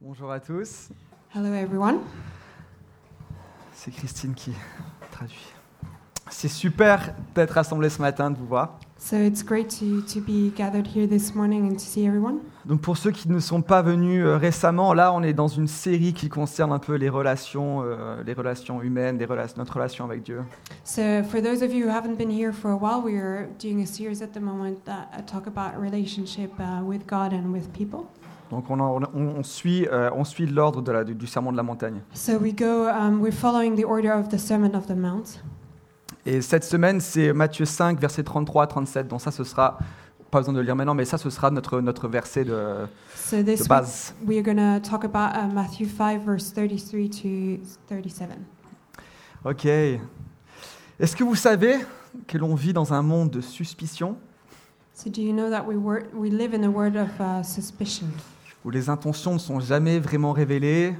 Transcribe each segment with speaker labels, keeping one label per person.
Speaker 1: Bonjour à tous.
Speaker 2: Hello, everyone.
Speaker 1: C'est Christine qui traduit. C'est super d'être rassemblés ce matin, de vous voir.
Speaker 2: So it's great to, to be gathered here this morning and to see everyone.
Speaker 1: Donc pour ceux qui ne sont pas venus euh, récemment, là on est dans une série qui concerne un peu les relations, euh, les relations humaines, les rela- notre relation avec Dieu.
Speaker 2: So, for those of you who haven't been here for a while, we're doing a series at the moment that uh, talk about relationship uh, with God and with people.
Speaker 1: Donc on, en- on- on suit, euh, on suit l'ordre de la- du, du sermon de la montagne.
Speaker 2: So we go. Um, we're following the order of the Sermon of the Mount.
Speaker 1: Et cette semaine c'est Matthieu 5, versets 33 à 37. Donc ça ce sera, pas besoin de le lire maintenant, mais ça ce sera notre, notre verset de,
Speaker 2: So
Speaker 1: de
Speaker 2: this week
Speaker 1: base.
Speaker 2: we are going to talk about uh, Matthew five, verse thirty-three to thirty-seven.
Speaker 1: Ok. Est-ce que vous savez que l'on vit dans un monde de suspicion
Speaker 2: So, do you know that we wor- we live in a world of uh, suspicion,
Speaker 1: où les intentions ne sont jamais vraiment révélées.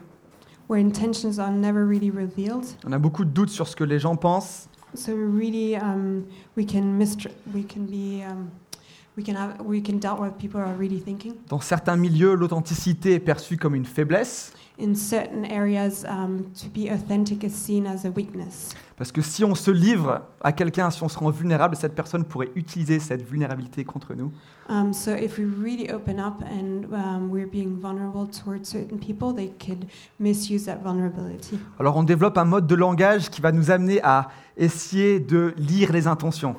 Speaker 2: where intentions are never really revealed?
Speaker 1: On a beaucoup de doutes sur ce que les gens pensent.
Speaker 2: So we really, um, we can mistr- we can be, um, we can have, we can doubt what people are really thinking.
Speaker 1: Dans certains milieux, l'authenticité est perçue comme une faiblesse,
Speaker 2: In certain areas, um, to be authentic is seen as a weakness.
Speaker 1: parce que si on se livre à quelqu'un, si on se rend vulnérable, cette personne pourrait utiliser cette vulnérabilité contre nous.
Speaker 2: Um, so if we really open up and um, we're being vulnerable towards certain people, they could misuse that vulnerability.
Speaker 1: Alors on développe un mode de langage qui va nous amener à essayer de lire les intentions.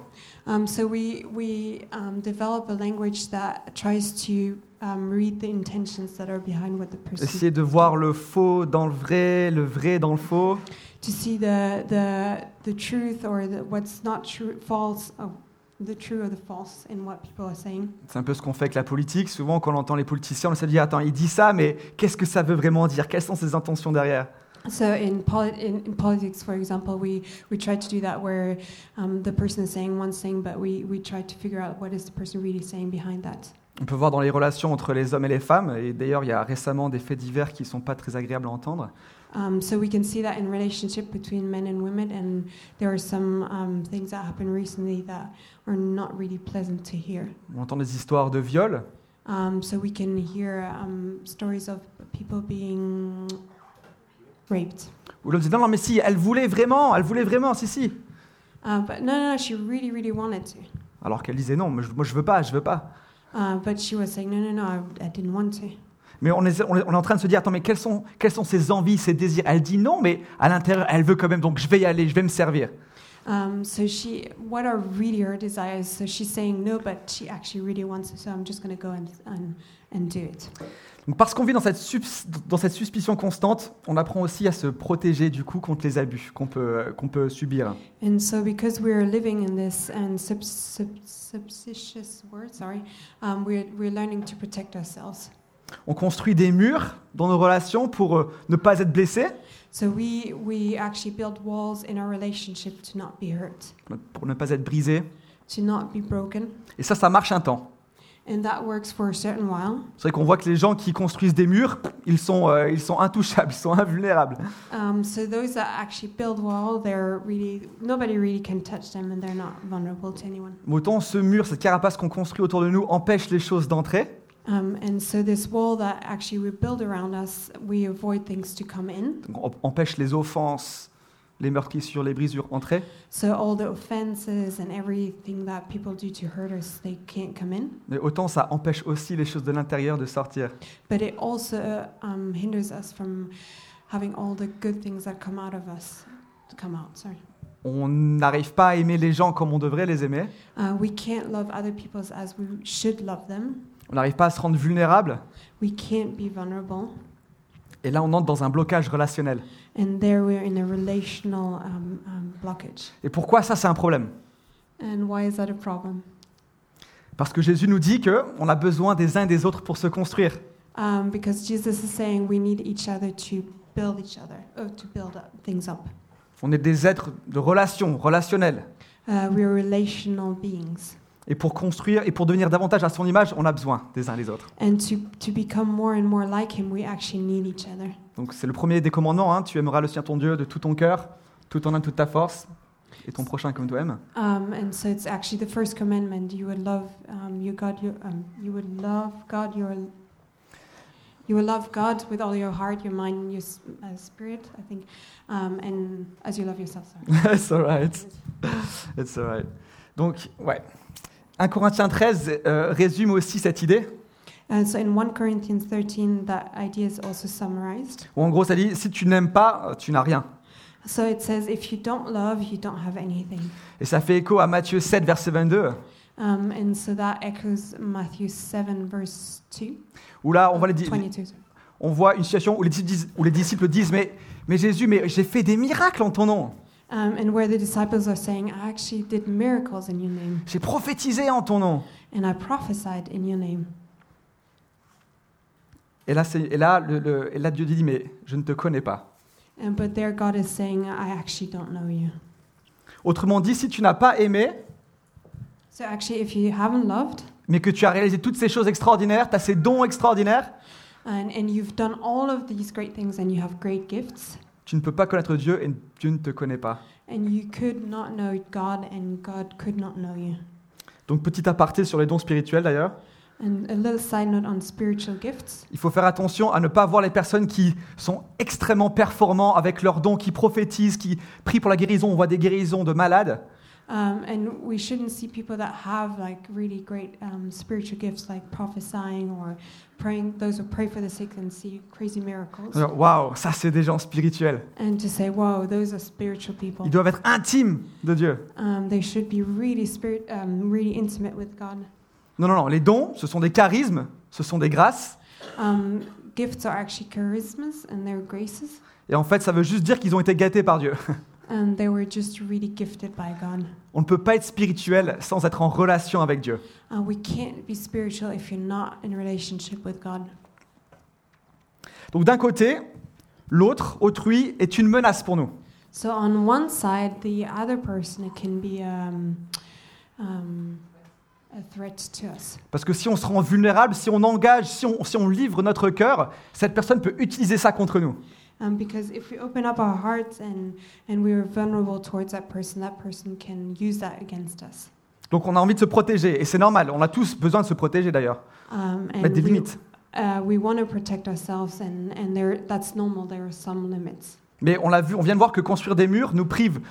Speaker 2: Um, so we we um, develop a language that tries to um, read the intentions that are behind what the person.
Speaker 1: Essayer de voir le faux dans le vrai, le vrai dans le faux.
Speaker 2: to see the the the truth or the, what's not true, false, oh, the true or the false in what people are saying.
Speaker 1: C'est un peu ce qu'on fait avec la politique. Souvent, quand on entend les politiciens, on se dit, attends, il dit ça, mais qu'est-ce que ça veut vraiment dire Quelles sont ses intentions derrière
Speaker 2: So in, poli- in in politics, for example, we we try to do that where um, the person is saying one thing, but we we try to figure out what is the person really saying behind that.
Speaker 1: On peut voir dans les relations entre les hommes et les femmes, et d'ailleurs il y a récemment des faits divers qui ne sont pas très agréables à entendre,
Speaker 2: Um, so we can see that in relationship between men and women, and there are some um, things that happened recently that are not really pleasant to hear.
Speaker 1: on entend des histoires de viol,
Speaker 2: Um, so we can hear um, stories of people being raped.
Speaker 1: où l'homme dit non, non mais si, elle voulait vraiment, elle voulait vraiment, si, si.
Speaker 2: Uh, but no, no, no, she really, really wanted to.
Speaker 1: Alors qu'elle disait non, mais je- moi je veux pas, je veux pas.
Speaker 2: Uh, but she was saying, no, no, no, I, I didn't want to.
Speaker 1: Mais on est, on est- on est en train de se dire, attends, mais quelles sont, quelles sont ses envies, ses désirs Elle dit non, mais à l'intérieur, elle veut quand même, donc je vais y aller, je vais me servir.
Speaker 2: Um, so she, what are really her desires? So she's saying no, but she actually really wants it. So I'm just going to go and, and and do it.
Speaker 1: Donc parce qu'on vit dans cette, subs- dans cette suspicion constante, on apprend aussi à se protéger du coup contre les abus qu'on peut, qu'on peut subir.
Speaker 2: And so because we're living in this and sub, sub, subsistitious word, sorry, um, we're we're learning to protect ourselves.
Speaker 1: On construit des murs dans nos relations pour euh, ne pas être blessé.
Speaker 2: So we we actually build walls in our relationship to not be hurt,
Speaker 1: pour ne pas être brisé.
Speaker 2: to not be broken,
Speaker 1: Et ça, ça marche un temps.
Speaker 2: and that works for a certain while.
Speaker 1: C'est vrai qu'on voit que les gens qui construisent des murs, ils sont, euh, ils sont intouchables, ils sont invulnérables.
Speaker 2: Um, so those that actually build wall, they're really nobody really can touch them, and they're not vulnerable to anyone.
Speaker 1: Mais Autant ce mur, cette carapace qu'on construit autour de nous empêche les choses d'entrer.
Speaker 2: Um, and so this wall that actually we build around us, we avoid things to come in.
Speaker 1: Donc, on empêche les offenses, les meurtrissures, les brisures d'entrer.
Speaker 2: So all the offenses and everything that people do to hurt us, they can't come in.
Speaker 1: Mais autant ça empêche aussi les choses de l'intérieur de sortir.
Speaker 2: But it also um, hinders us from having all the good things that come out of us to come out. Sorry,
Speaker 1: On n'arrive pas à aimer les gens comme on devrait les aimer.
Speaker 2: uh, we can't love other people as we should love them.
Speaker 1: On n'arrive pas à se rendre vulnérable.
Speaker 2: We can't be vulnerable.
Speaker 1: Et là, on entre dans un blocage relationnel.
Speaker 2: And there we're in a relational um, um, blockage.
Speaker 1: Et pourquoi ça, c'est un problème
Speaker 2: And why is that a problem?
Speaker 1: Parce que Jésus nous dit que on a besoin des uns et des autres pour se construire.
Speaker 2: Um, because Jesus is saying we need each other to build each other, or to build up, things up.
Speaker 1: On est des êtres de relation, relationnels.
Speaker 2: Uh, we're relational beings.
Speaker 1: Et pour construire et pour devenir davantage à son image, on a besoin des uns des autres.
Speaker 2: And to, to become more and more like Him, we actually need each other.
Speaker 1: Donc c'est le premier des commandements, hein, tu aimeras le Seigneur ton Dieu de tout ton cœur, tout ton âme, toute ta force, et ton prochain comme toi-même.
Speaker 2: Um, and so it's actually the first commandment: you would love um, your God, your, um, you would love God, your You will love God with all your heart, your mind, and your s- uh, spirit, I think, um, and as you love yourself. Sorry.
Speaker 1: It's alright. It's alright. Donc, ouais. 1 Corinthiens 13 euh, résume aussi cette idée.
Speaker 2: And so in 1 Corinthians 13, that idea is also summarized.
Speaker 1: Où en gros, ça dit si tu n'aimes pas, euh, tu n'as rien.
Speaker 2: So it says, if you don't love, you don't have anything.
Speaker 1: Et ça fait écho à Matthieu 7, verset 22,
Speaker 2: Um, and so that echoes Matthew 7, verse 2.
Speaker 1: où là, on voit, les di-
Speaker 2: 22. sorry.
Speaker 1: on voit une situation où les disciples disent, où les disciples disent mais, mais Jésus, mais j'ai fait des miracles en ton nom.
Speaker 2: Um, and where the disciples are saying, I actually did miracles in your name,
Speaker 1: J'ai prophétisé en ton nom.
Speaker 2: and I prophesied in your name.
Speaker 1: Et là, c'est- et là, le- le- et là, Dieu dit mais je ne te connais pas.
Speaker 2: And, but there God is saying, I actually don't know you.
Speaker 1: Autrement dit, si tu n'as pas aimé,
Speaker 2: So actually, if you haven't loved,
Speaker 1: mais que tu as réalisé toutes ces choses extraordinaires, tu as ces dons extraordinaires,
Speaker 2: and, and you've done all of these great things, and you have great gifts,
Speaker 1: tu ne peux pas connaître Dieu et Dieu ne te connaît pas.
Speaker 2: and you could not know God, and God could not know you.
Speaker 1: Donc petit aparté sur les dons spirituels d'ailleurs,
Speaker 2: And a little side note on spiritual gifts.
Speaker 1: il faut faire attention à ne pas voir les personnes qui sont extrêmement performants avec leurs dons, qui prophétisent, qui prient pour la guérison, on voit des guérisons de malades,
Speaker 2: Um, and we shouldn't see people that have like really great um, spiritual gifts, like prophesying or praying. Those who pray for the sick and see crazy miracles.
Speaker 1: Alors, waouh, ça c'est des gens spirituels.
Speaker 2: And to say, "Whoa, those are spiritual people."
Speaker 1: Ils doivent être intimes de Dieu.
Speaker 2: Um, they should be really spirit, um, really intimate with God.
Speaker 1: Non, non, non, les dons, ce sont des charismes, ce sont des grâces.
Speaker 2: Um, gifts are actually charismas, and they're graces,
Speaker 1: Et en fait, ça veut juste dire qu'ils ont été gâtés par Dieu.
Speaker 2: and they were just really gifted by God.
Speaker 1: On ne peut pas être spirituel sans être en relation avec Dieu.
Speaker 2: Uh, we can't be spiritual if you're not in relationship with God.
Speaker 1: Donc d'un côté, l'autre, autrui, est une menace pour nous.
Speaker 2: So on one side, the other person it can be um, um, a threat to us
Speaker 1: Parce que si on se rend vulnérable, si on engage, si on, si on livre notre cœur, cette personne peut utiliser ça contre nous.
Speaker 2: um, because if we open up our hearts and and we are vulnerable towards that person, that person can use that against us.
Speaker 1: Donc on a envie de se protéger, et c'est normal, on a tous besoin de se protéger d'ailleurs,
Speaker 2: Um,
Speaker 1: mettre des
Speaker 2: and we,
Speaker 1: limites.
Speaker 2: uh, we want to protect ourselves, and and there that's normal. There are some limits,
Speaker 1: Mais on l'a vu, on vient de voir que construire des murs nous prive,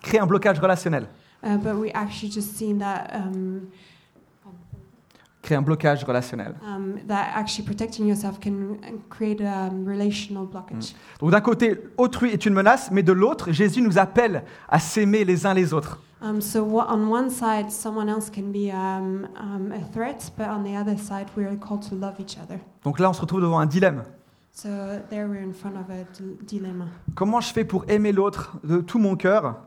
Speaker 1: crée un blocage relationnel.
Speaker 2: uh, but we actually just seen that. Um,
Speaker 1: Crée un blocage relationnel.
Speaker 2: um, that actually protecting yourself can uh, create a um, relational blockage.
Speaker 1: Donc d'un côté, autrui est une menace, mais de l'autre, Jésus nous appelle à s'aimer les uns les autres.
Speaker 2: Um, so what, on one side, someone else can be um, um, a threat, but on the other side, we are called to love each other.
Speaker 1: Donc là, on se retrouve devant un dilemme.
Speaker 2: So there we're in front of a d- dilemma.
Speaker 1: Comment je fais pour aimer l'autre de tout mon cœur,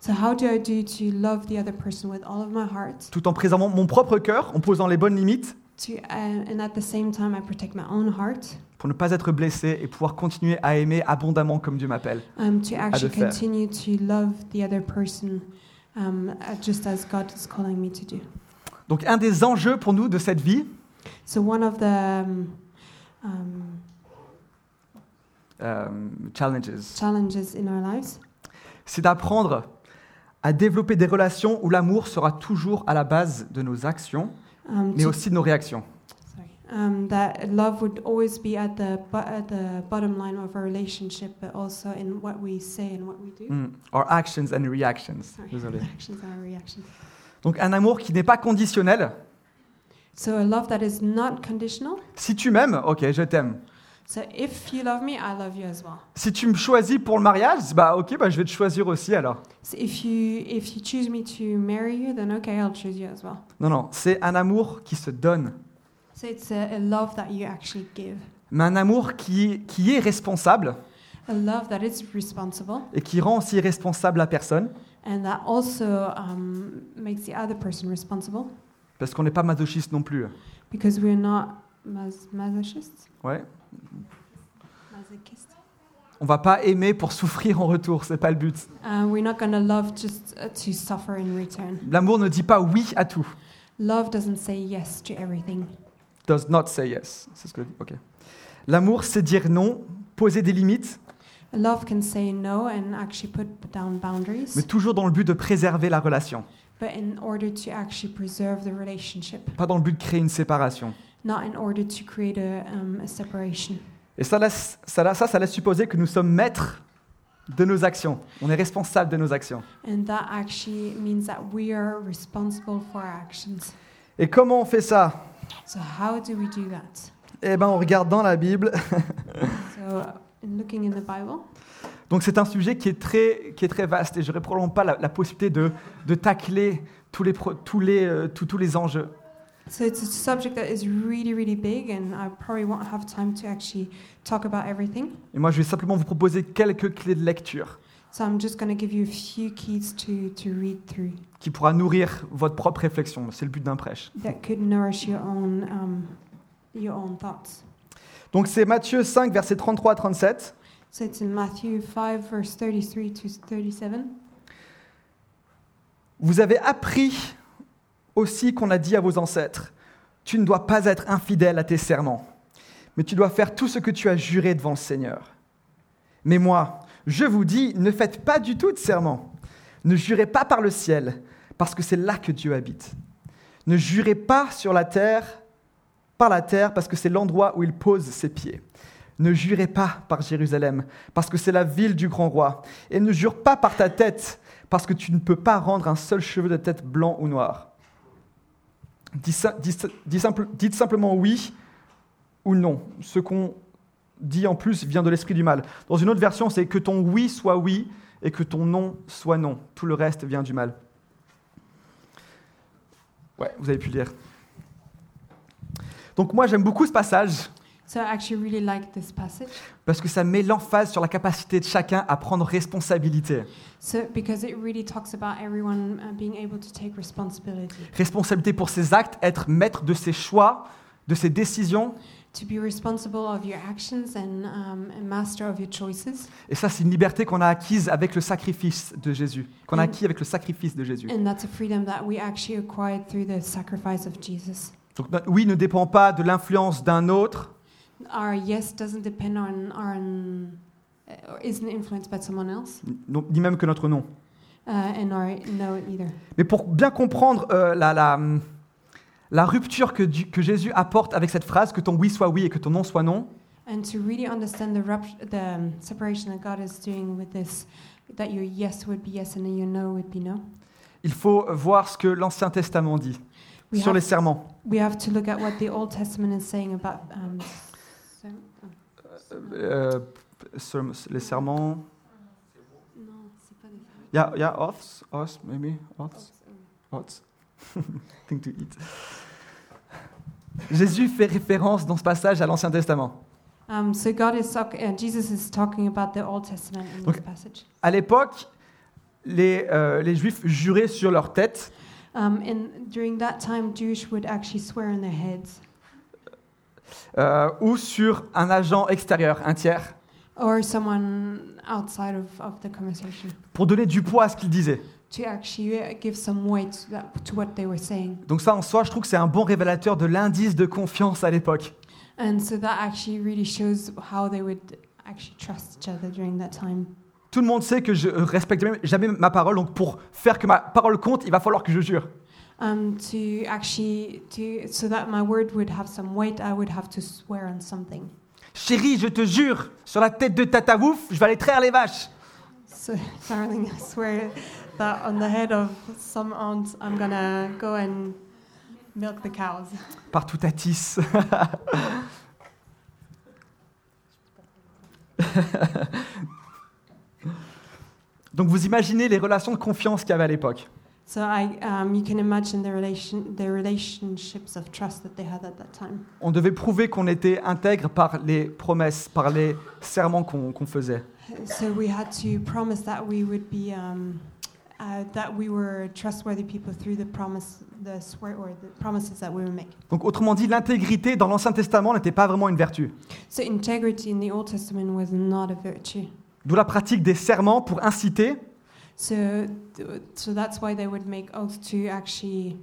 Speaker 2: So how do I do to love the other person with all of my heart,
Speaker 1: tout en préservant mon propre cœur, en posant les bonnes limites
Speaker 2: to, uh, and at the same time I protect my own heart,
Speaker 1: pour ne pas être blessé et pouvoir continuer à aimer abondamment comme Dieu m'appelle.
Speaker 2: um, to actually
Speaker 1: faire.
Speaker 2: continue to love the other person, um, uh, just as God is calling me to do.
Speaker 1: Donc un des enjeux pour nous de cette vie,
Speaker 2: So one of the um, um,
Speaker 1: euh, challenges,
Speaker 2: challenges in our lives
Speaker 1: c'est d'apprendre à développer des relations où l'amour sera toujours à la base de nos actions,
Speaker 2: um,
Speaker 1: mais
Speaker 2: to
Speaker 1: aussi de nos réactions.
Speaker 2: Sorry. Um, that love would always be at the bo- at the bottom line of our relationship, but also in what we say and what we do.
Speaker 1: Hmm. Our actions and reactions.
Speaker 2: Sorry,
Speaker 1: Désolé.
Speaker 2: actions are our reactions.
Speaker 1: Donc un amour qui n'est pas conditionnel.
Speaker 2: So a love that is not conditional.
Speaker 1: Si tu m'aimes, ok, je t'aime.
Speaker 2: So if you love me, I love you as well.
Speaker 1: Si tu me choisis pour le mariage, bah ok, bah je vais te choisir aussi alors.
Speaker 2: So if you if you choose me to marry you, then okay, I'll choose you as well.
Speaker 1: Non, non, c'est un amour qui se donne,
Speaker 2: So it's a, a love that you actually give,
Speaker 1: mais un amour qui, qui est responsable
Speaker 2: a love that is responsible,
Speaker 1: et qui rend aussi responsable la personne,
Speaker 2: and that also um, makes the other person responsible
Speaker 1: parce qu'on n'est pas masochiste non plus.
Speaker 2: because we're not mas- masochists.
Speaker 1: Ouais.
Speaker 2: Masochists.
Speaker 1: On va pas aimer pour souffrir en retour, c'est pas le but.
Speaker 2: Uh, we're not going to love just uh, to suffer in return.
Speaker 1: L'amour ne dit pas oui à tout.
Speaker 2: Love doesn't say yes to everything.
Speaker 1: Does not say yes. C'est ce que OK. L'amour c'est dire non, poser des limites,
Speaker 2: Love can say no and actually put down boundaries,
Speaker 1: mais toujours dans le but de préserver la relation,
Speaker 2: but in order to actually preserve the relationship,
Speaker 1: pas dans le but de créer une séparation.
Speaker 2: not in order to create a, um, a separation.
Speaker 1: Et ça, laisse- ça, laisse- ça, ça laisse supposer que nous sommes maîtres de nos actions. On est responsable de nos actions.
Speaker 2: And that actually means that we are responsible for our actions.
Speaker 1: Et comment on fait ça
Speaker 2: So, how do we do that?
Speaker 1: Eh bien, on regarde dans la Bible.
Speaker 2: So, in looking in the Bible,
Speaker 1: Donc c'est un sujet qui est très, qui est très vaste et je n'aurai probablement pas la, la possibilité de, de tacler tous les, pro- tous, les, euh, tous, tous les enjeux.
Speaker 2: so it's a subject that is really, really big, and I probably won't have time to actually talk about everything.
Speaker 1: Et moi, je vais simplement vous proposer quelques clés de lecture
Speaker 2: So, I'm just going to give you a few keys to, to read through
Speaker 1: qui pourra nourrir votre propre réflexion. C'est le but d'un prêche.
Speaker 2: that could nourish your own, um, your own thoughts.
Speaker 1: Donc c'est Matthieu 5, versets 33 à 37.
Speaker 2: So, it's in Matthew 5, verse 33 to 37.
Speaker 1: Vous avez appris aussi qu'on a dit à vos ancêtres, tu ne dois pas être infidèle à tes serments, mais tu dois faire tout ce que tu as juré devant le Seigneur. Mais moi, je vous dis, ne faites pas du tout de serment. Ne jurez pas par le ciel, parce que c'est là que Dieu habite. Ne jurez pas sur la terre, par la terre, parce que c'est l'endroit où il pose ses pieds. Ne jurez pas par Jérusalem, parce que c'est la ville du grand roi. Et ne jure pas par ta tête, parce que tu ne peux pas rendre un seul cheveu de tête blanc ou noir. Dis sim- dis- dis simple- dites simplement oui ou non. Ce qu'on dit en plus vient de l'esprit du mal. Dans une autre version, c'est que ton oui soit oui et que ton non soit non. Tout le reste vient du mal. Ouais, vous avez pu lire. Donc moi, j'aime beaucoup ce passage
Speaker 2: So, I actually really like this passage.
Speaker 1: parce que ça met l'emphase sur la capacité de chacun à prendre responsabilité.
Speaker 2: So, because it really talks about everyone uh, being able to take responsibility,
Speaker 1: Responsabilité pour ses actes, être maître de ses choix, de ses décisions.
Speaker 2: to be responsible of your actions and, um, and master of your choices,
Speaker 1: Et ça, c'est une liberté qu'on a acquise avec le sacrifice de Jésus. Qu'on a acquis avec le sacrifice de Jésus.
Speaker 2: and that's a freedom that we actually acquired through the sacrifice of Jesus.
Speaker 1: Donc notre oui ne dépend pas de l'influence d'un autre,
Speaker 2: Our yes doesn't depend on on uh, or isn't influenced by someone else,
Speaker 1: non- ni même que notre nom.
Speaker 2: uh, and our no either.
Speaker 1: Mais pour bien comprendre euh, la, la, la rupture que, Dieu- que Jésus apporte avec cette phrase, que ton oui soit oui et que ton non soit non,
Speaker 2: And to really understand the rupt- the um, separation that God is doing with this, that your yes would be yes and your no would be no.
Speaker 1: il faut voir ce que l'Ancien Testament dit
Speaker 2: We
Speaker 1: sur
Speaker 2: have
Speaker 1: les serments.
Speaker 2: We have to look at what the Old Testament is saying about. Um, ser- oh,
Speaker 1: Euh, sur- les serments.
Speaker 2: non, c'est pas des-
Speaker 1: Il y a, il y a oaths, oaths, maybe, oaths. What? Thing to eat. Jésus fait référence dans ce passage à l'Ancien Testament.
Speaker 2: Um, so God is talk- uh, Jesus is talking about the Old Testament in this
Speaker 1: Okay.
Speaker 2: passage.
Speaker 1: À l'époque, les, euh, les Juifs juraient sur leur tête.
Speaker 2: Um, and during that time, Jewish would actually swear on their heads
Speaker 1: euh, ou sur un agent extérieur, un tiers,
Speaker 2: or someone outside of, of the conversation
Speaker 1: pour donner du poids à ce qu'ils disaient.
Speaker 2: to actually uh, give some weight to, that, to what they were saying.
Speaker 1: Donc ça, en soi, je trouve que c'est un bon révélateur de l'indice de confiance à l'époque.
Speaker 2: And so that actually really shows how they would actually trust each other during that time.
Speaker 1: Tout le monde sait que je respecte même- jamais ma parole, donc pour faire que ma parole compte, il va falloir que je jure.
Speaker 2: um, to actually to so that my word would have some weight i would have to swear on something
Speaker 1: Chérie, je te jure, sur la tête de Tataouf, je vais aller traire les vaches.
Speaker 2: so darling i swear that on the head of some aunt i'm gonna go and milk the cows
Speaker 1: Partout à Tis. Donc vous imaginez les relations de confiance qu'il y avait à l'époque.
Speaker 2: so i um, you can imagine the relation the relationships of trust that they had at that time
Speaker 1: On devait prouver qu'on était intègre par les promesses, par les serments qu'on qu'on faisait.
Speaker 2: so we had to promise that we would be um, uh, that we were trustworthy people through the promise the swear or the promises that we were making
Speaker 1: Donc autrement dit, l'intégrité dans l'Ancien Testament n'était pas vraiment une vertu.
Speaker 2: So integrity in the Old Testament was not a virtue.
Speaker 1: D'où la pratique des serments pour inciter,
Speaker 2: So, so that's why they would make oaths to actually.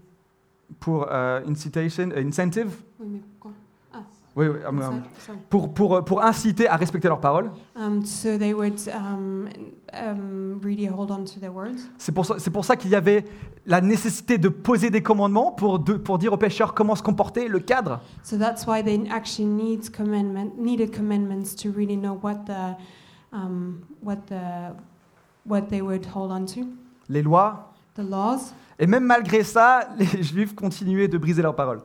Speaker 1: pour euh, incitation, euh, incentive,
Speaker 2: Oui, mais pourquoi Ah,
Speaker 1: Oui, oui, um, um,
Speaker 2: Sorry, sorry.
Speaker 1: pour, pour, euh, pour inciter à respecter leurs paroles.
Speaker 2: Um, so they would um, um, really hold on to their words.
Speaker 1: C'est pour ça, c'est pour ça qu'il y avait la nécessité de poser des commandements pour, de- pour dire aux pêcheurs comment se comporter, le cadre.
Speaker 2: So that's why they actually needs commandment, needed commandments to really know what the, um, what the, what they would hold on to,
Speaker 1: les lois.
Speaker 2: the laws.
Speaker 1: Et même malgré ça, les Juifs continuaient de briser leurs paroles.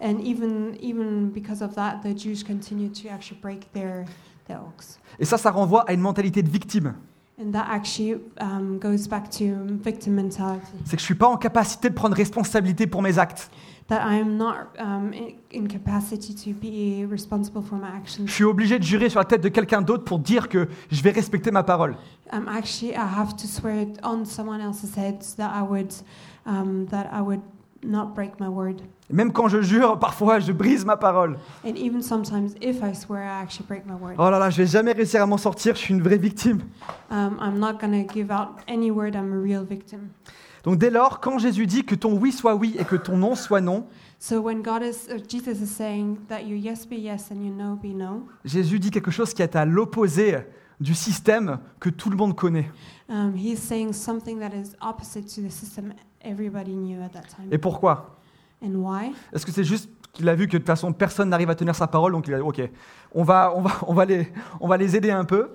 Speaker 2: And even even because of that, the Jews continued to actually break their their oaths.
Speaker 1: Et ça, ça renvoie à une mentalité de victime.
Speaker 2: And that actually um, goes back to victim mentality.
Speaker 1: C'est que je suis pas en capacité de prendre responsabilité pour mes actes.
Speaker 2: That I am not um, in, in capacity to be responsible for my
Speaker 1: Je
Speaker 2: actions.
Speaker 1: suis obligé de jurer sur la tête de quelqu'un d'autre pour dire que je vais respecter ma parole.
Speaker 2: Um, actually, I have to swear it on someone else's head that I would um, that I would not break my word.
Speaker 1: Et même quand je jure, parfois je brise ma parole.
Speaker 2: And even sometimes, if I swear, I actually break my word.
Speaker 1: Oh là là, je vais jamais réussir à m'en sortir, je suis une vraie victime.
Speaker 2: Um, I'm not gonna give out any word. I'm a real victim.
Speaker 1: Donc dès lors, quand Jésus dit que ton oui soit oui et que ton non soit non,
Speaker 2: So when God is, or Jesus is saying that your yes be yes and your no be no,
Speaker 1: Jésus dit quelque chose qui est à l'opposé du système que tout le monde connaît.
Speaker 2: um, He's saying something that is opposite to the system everybody knew at that time.
Speaker 1: Et pourquoi
Speaker 2: And why?
Speaker 1: Est-ce que c'est juste qu'il a vu que de toute façon personne n'arrive à tenir sa parole, donc il a dit ok, on va, on va, on va, les, on va les aider un peu.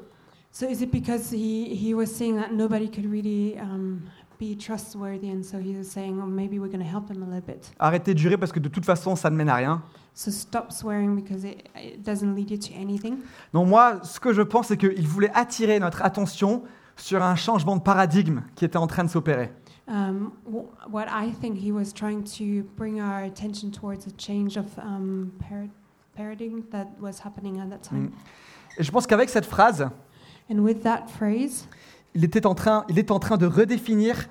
Speaker 2: So is it because he, he was saying that nobody could really um, be trustworthy, and so he was saying, oh, maybe we're going to help them a little bit.
Speaker 1: Arrêtez de jurer parce que de toute façon ça ne mène à rien.
Speaker 2: So stop swearing because it, it doesn't lead you to anything.
Speaker 1: Non, moi, ce que je pense, c'est qu'il voulait attirer notre attention sur un changement de paradigme qui était en train de s'opérer.
Speaker 2: Um, w- what I think he was trying to bring our attention towards a change of um, parad- paradigm that was happening at that time.
Speaker 1: Et je pense qu'avec cette phrase,
Speaker 2: And with that phrase,
Speaker 1: il, était en train, il est en train de redéfinir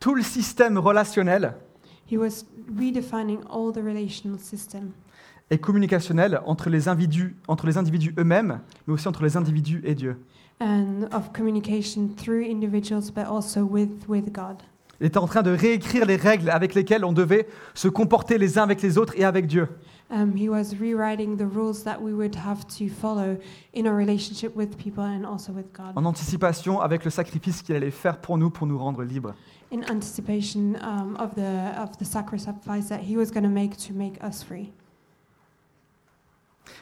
Speaker 1: tout le système relationnel
Speaker 2: he was redefining all the relational system
Speaker 1: et communicationnel entre les individus, entre les individus eux-mêmes, mais aussi entre les individus et Dieu.
Speaker 2: and of communication through individuals, but also with, with God.
Speaker 1: Il était en train de réécrire les règles avec lesquelles on devait se comporter les uns avec les autres et avec Dieu.
Speaker 2: Um, he was rewriting the rules that we would have to follow in our relationship with people and also with God,
Speaker 1: En anticipation avec le sacrifice qu'il allait faire pour nous, pour nous rendre libres.
Speaker 2: in anticipation um, of the of the sacrifice that he was going to make to make us free.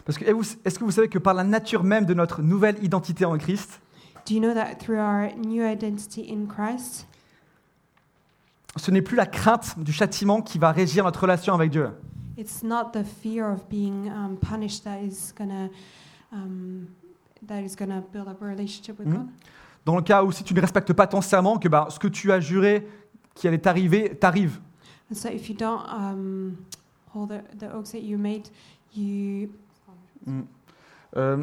Speaker 1: Parce que et vous- est-ce que vous savez que par la nature même de notre nouvelle identité en Christ,
Speaker 2: Do you know that through our new identity in Christ,
Speaker 1: ce n'est plus la crainte du châtiment qui va régir notre relation avec Dieu.
Speaker 2: it's not the fear of being um, punished that is gonna um, that is gonna build up a relationship with
Speaker 1: Mhm.
Speaker 2: God.
Speaker 1: Dans le cas où si tu ne respectes pas ton serment, que bah, ce que tu as juré qui allait t'arriver, t'arrive.
Speaker 2: And so, if you don't um, hold the, the oaths that you made, you
Speaker 1: Euh,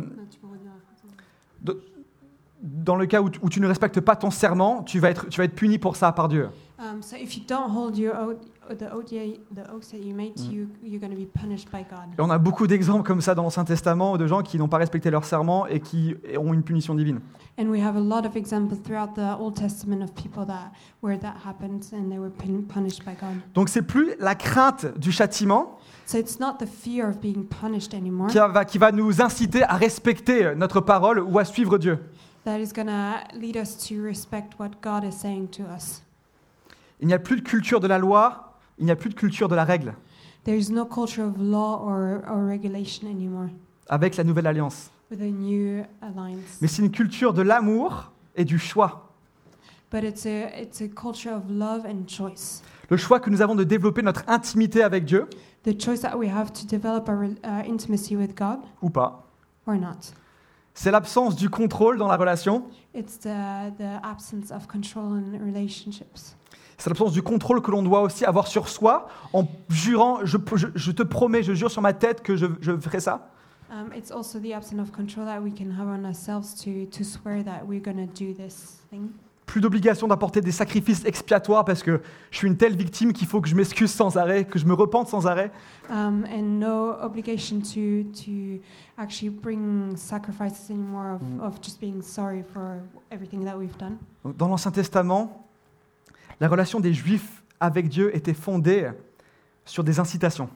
Speaker 1: dans le cas où, tu- où tu ne respectes pas ton serment, tu vas être, tu vas être puni pour ça par Dieu.
Speaker 2: Um, so if you don't hold your oath, the oath, yeah, the oaths that you made,
Speaker 1: Mm.
Speaker 2: you you're going to be punished by God.
Speaker 1: Et on a beaucoup d'exemples comme ça dans l'Ancien Testament de gens qui n'ont pas respecté leur serment et qui ont une punition divine.
Speaker 2: And we have a lot of examples throughout the Old Testament of people that where that happened and they were pun- punished by God.
Speaker 1: Donc c'est plus la crainte du châtiment
Speaker 2: So it's not the fear of being punished anymore
Speaker 1: qui va, qui va nous inciter à respecter notre parole ou à suivre Dieu.
Speaker 2: that is going to lead us to respect what God is saying to us.
Speaker 1: Il n'y a plus de culture de la loi, il n'y a plus de culture de la règle
Speaker 2: There is no culture of law or, or regulation anymore
Speaker 1: avec la nouvelle alliance.
Speaker 2: with a new alliance.
Speaker 1: Mais c'est une culture de l'amour et du choix.
Speaker 2: But it's a it's a culture of love and choice.
Speaker 1: Le choix que nous avons de développer notre intimité avec Dieu
Speaker 2: The choice that we have to develop our rel- uh, intimacy with God
Speaker 1: ou pas.
Speaker 2: or not.
Speaker 1: C'est l'absence du contrôle dans la relation,
Speaker 2: It's the, the absence of control in relationships.
Speaker 1: c'est l'absence du contrôle que l'on doit aussi avoir sur soi en jurant, je, je- je te promets, je jure sur ma tête que je, je ferai ça.
Speaker 2: Um, it's also the absence of control that we can have on ourselves to, to swear that we're going to do this thing.
Speaker 1: Plus d'obligation d'apporter des sacrifices expiatoires parce que je suis une telle victime qu'il faut que je m'excuse sans arrêt, que je me repente sans arrêt.
Speaker 2: Um, and no obligation to, to actually bring sacrifices anymore of,
Speaker 1: Mm.
Speaker 2: of just being sorry for everything that we've done.
Speaker 1: Donc, Dans l'Ancien Testament, la relation des Juifs avec Dieu était fondée sur des incitations.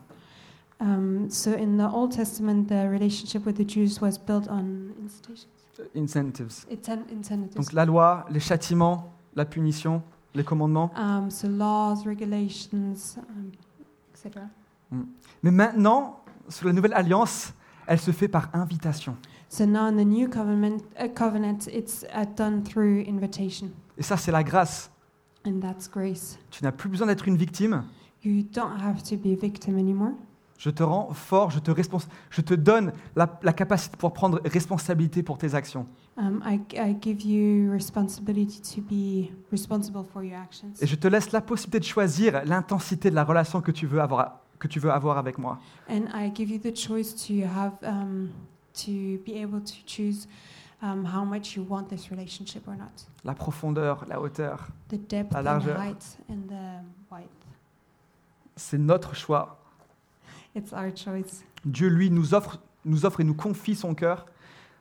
Speaker 2: Um, so in the Old Testament, the relationship with the Jews was built on incitations,
Speaker 1: euh, Incentives.
Speaker 2: inten- incentives.
Speaker 1: Donc la loi, les châtiments, la punition, les commandements.
Speaker 2: Um, so laws, regulations, um, etc.
Speaker 1: Mais maintenant, sous la nouvelle alliance, elle se fait par invitation.
Speaker 2: So now in the new covenant, uh, covenant it's uh, done through invitation,
Speaker 1: Et ça, c'est la grâce.
Speaker 2: and that's grace.
Speaker 1: Tu n'as plus besoin d'être une victime.
Speaker 2: You don't have to be a victim anymore.
Speaker 1: Je te rends fort, je te, respons- je te donne la, la capacité de pouvoir prendre responsabilité pour tes actions.
Speaker 2: Um, I, I give you responsibility to be responsible for your actions.
Speaker 1: Et je te laisse la possibilité de choisir l'intensité de la relation que tu veux avoir, que tu veux avoir avec moi.
Speaker 2: And I give you the choice to have um, to be able to choose um, how much you want this relationship or not.
Speaker 1: La profondeur, la hauteur,
Speaker 2: The depth,
Speaker 1: La
Speaker 2: and the
Speaker 1: largeur.
Speaker 2: height, and the width.
Speaker 1: c'est notre choix.
Speaker 2: It's our choice.
Speaker 1: Dieu, lui, nous offre, nous offre et nous confie son cœur.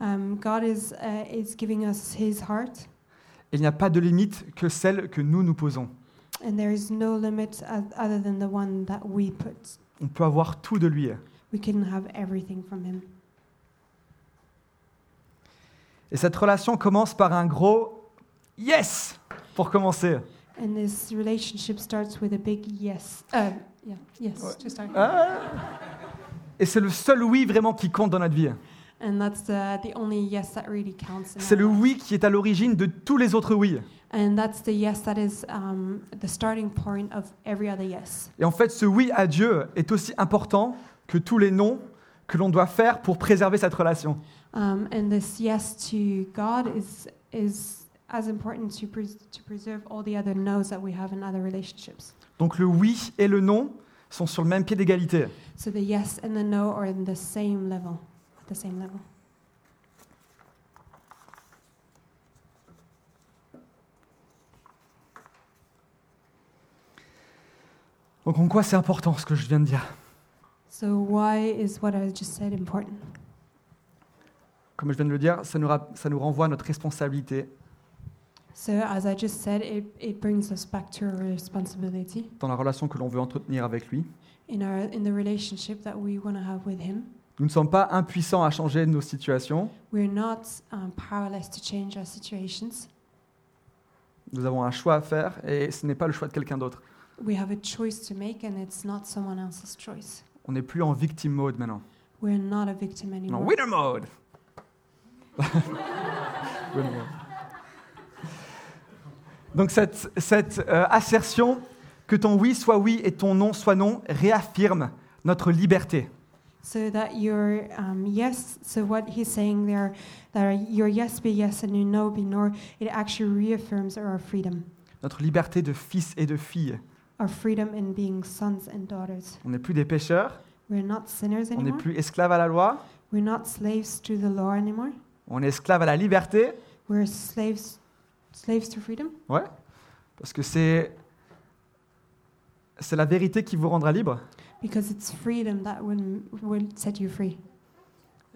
Speaker 2: Um, God is uh, is giving us His heart,
Speaker 1: Il n'y a pas de limite que celle que nous nous posons.
Speaker 2: and there is no limit oth- other than the one that we put.
Speaker 1: On peut avoir tout de lui.
Speaker 2: We can have everything from Him,
Speaker 1: Et cette relation commence par un gros yes pour commencer.
Speaker 2: and this relationship starts with a big yes. Uh, yeah, yes to start, with.
Speaker 1: Ah. Et c'est le seul oui vraiment qui compte dans notre vie.
Speaker 2: and that's the the only yes that really counts. in
Speaker 1: C'est le
Speaker 2: our life.
Speaker 1: oui qui est à l'origine de tous les autres oui.
Speaker 2: And that's the yes that is um, the starting point of every other yes.
Speaker 1: Et en fait, ce oui à Dieu est aussi important que tous les non que l'on doit faire pour préserver cette relation.
Speaker 2: Um, and this yes to God is, is as important to, pres- to preserve all the other no's that we have in other relationships.
Speaker 1: Donc le oui et le non sont sur le même pied d'égalité.
Speaker 2: So the yes and the no are in the same level, at the same level.
Speaker 1: Donc en quoi c'est important ce que je viens de dire
Speaker 2: So why is what I just said important?
Speaker 1: Comme je viens de le dire, ça nous, ra- ça nous renvoie à notre responsabilité
Speaker 2: So as I just said, it, it brings us back to our responsibility
Speaker 1: dans la relation que l'on veut entretenir avec lui.
Speaker 2: in, our, in the relationship that we want to have with Him.
Speaker 1: Nous ne sommes pas impuissants à changer nos situations.
Speaker 2: We're not um, powerless to change our situations.
Speaker 1: Nous avons un choix à faire et ce n'est pas le choix de quelqu'un d'autre.
Speaker 2: We have a choice to make, and it's not someone else's choice.
Speaker 1: On n'est plus en victim mode maintenant.
Speaker 2: We're not a victim
Speaker 1: On est
Speaker 2: anymore.
Speaker 1: en winner mode. Winner mode. Donc cette, cette, euh, assertion que ton oui soit oui et ton non soit non réaffirme notre liberté.
Speaker 2: So that your um, yes, so what he's saying there, that your yes be yes and your no be no, it actually reaffirms our freedom,
Speaker 1: Notre liberté de fils et de fille.
Speaker 2: our freedom in being sons and daughters.
Speaker 1: On n'est plus des pécheurs,
Speaker 2: We're not sinners
Speaker 1: on n'est
Speaker 2: anymore.
Speaker 1: plus esclave à la loi,
Speaker 2: We're not slaves to the law anymore.
Speaker 1: on est esclave à la liberté,
Speaker 2: We're slaves, slaves to freedom,
Speaker 1: parce que c'est c'est la vérité qui vous rendra libre.
Speaker 2: because it's freedom that will will set you free.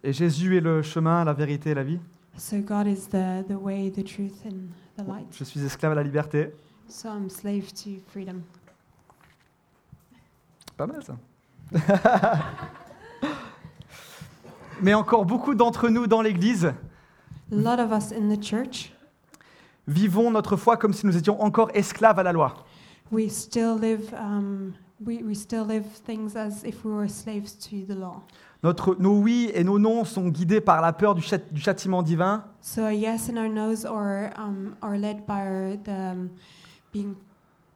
Speaker 1: Et Jésus est le chemin, la vérité et la vie.
Speaker 2: So God is the the way, the truth, and the light.
Speaker 1: Je suis esclave à la liberté.
Speaker 2: So I'm slave to freedom.
Speaker 1: Pas mal ça. Mais encore beaucoup d'entre nous dans l'Église
Speaker 2: A lot of us in the church,
Speaker 1: vivons notre foi comme si nous étions encore esclaves à la loi.
Speaker 2: we still live, um, we, we still live things as if we were slaves to the law.
Speaker 1: Notre, nos oui et nos non sont guidés par la peur du, chat- du châtiment divin.
Speaker 2: So our yes and our no's are, um, are led by our, the, um, being,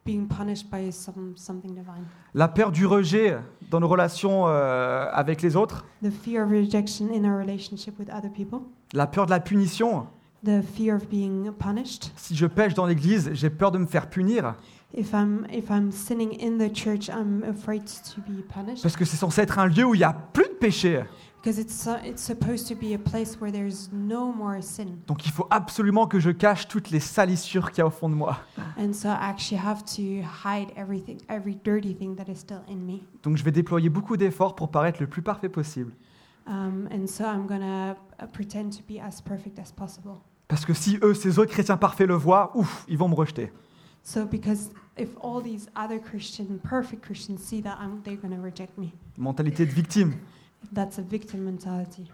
Speaker 2: being punished by some, something divine.
Speaker 1: La peur du rejet dans nos relations euh, avec les autres.
Speaker 2: The fear of rejection in our relationship with other people.
Speaker 1: La peur de la punition.
Speaker 2: The fear of being punished.
Speaker 1: Si je pêche dans l'église, j'ai peur de me faire punir.
Speaker 2: If I'm if I'm sinning in the church, I'm afraid to be punished
Speaker 1: Parce que c'est censé être un lieu où il n'y a plus de péché.
Speaker 2: because it's so- it's supposed to be a place where there's no more sin.
Speaker 1: Donc il faut absolument que je cache toutes les salissures qu'il y a au fond de moi.
Speaker 2: And so I actually have to hide everything, every dirty thing that is still in me.
Speaker 1: Donc je vais déployer beaucoup d'efforts pour paraître le plus parfait possible.
Speaker 2: Um, and so I'm going to uh, pretend to be as perfect as possible.
Speaker 1: Parce que si eux, ces autres chrétiens parfaits le voient, ouf, ils vont me rejeter.
Speaker 2: So because if all these other Christian, perfect Christians see that, I'm, they're going to reject me.
Speaker 1: Mentalité de victime.
Speaker 2: That's a victim mentality.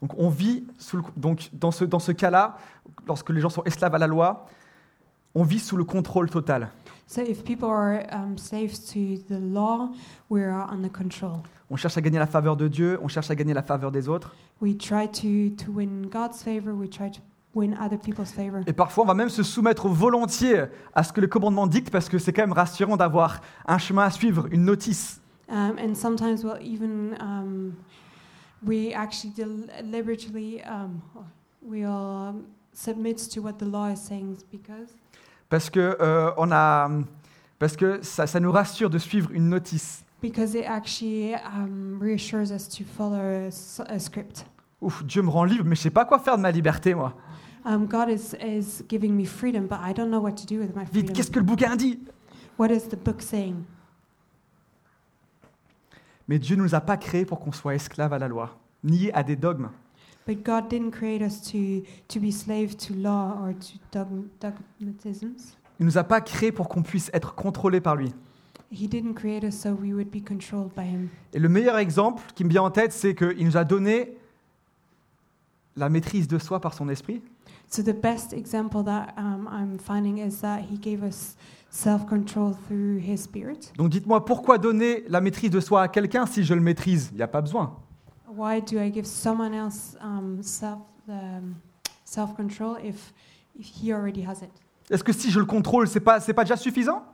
Speaker 1: Donc on vit sous le- donc dans ce, dans ce cas-là, lorsque les gens sont esclaves à la loi, on vit sous le contrôle total.
Speaker 2: So if people are um, slaves to the law, we are under control.
Speaker 1: On cherche à gagner la faveur de Dieu, on cherche à gagner la faveur des autres.
Speaker 2: We try to, to win God's favor. We try to win other people's favor.
Speaker 1: Et parfois, on va même se soumettre volontiers à ce que le commandement dicte parce que c'est quand même rassurant d'avoir un chemin à suivre, une notice.
Speaker 2: Um, and sometimes we'll even, um, we actually deliberately, um, we'll um, submit to what the law is saying because
Speaker 1: Parce que, euh, on a, parce que ça, ça nous rassure de suivre une notice.
Speaker 2: because it actually um, reassures us to follow a, s- a script.
Speaker 1: Ouf, Dieu me rend libre, mais je sais pas quoi faire de ma liberté, moi.
Speaker 2: Um, God is, is giving me freedom, but I don't know what to do with my
Speaker 1: Vite,
Speaker 2: freedom.
Speaker 1: qu'est-ce que le bouquin dit
Speaker 2: What is the book saying?
Speaker 1: Mais Dieu ne nous a pas créés pour qu'on soit esclaves à la loi, ni à des dogmes.
Speaker 2: But God didn't create us to, to be slave to law or to dogm- dogmatisms.
Speaker 1: Il ne nous a pas créés pour qu'on puisse être contrôlé par lui.
Speaker 2: He didn't create us so we would be controlled by Him.
Speaker 1: Et le meilleur exemple qui me vient en tête, c'est qu'il nous a donné la maîtrise de soi par son esprit,
Speaker 2: So the best example that um, I'm finding is that He gave us self-control through His Spirit.
Speaker 1: Donc dites-moi, pourquoi donner la maîtrise de soi à quelqu'un si je le maîtrise Il n'y a pas besoin.
Speaker 2: Why do I give someone else um, self um, self-control if, if He already has it?
Speaker 1: Est-ce que si je le contrôle, c'est pas, c'est pas déjà suffisant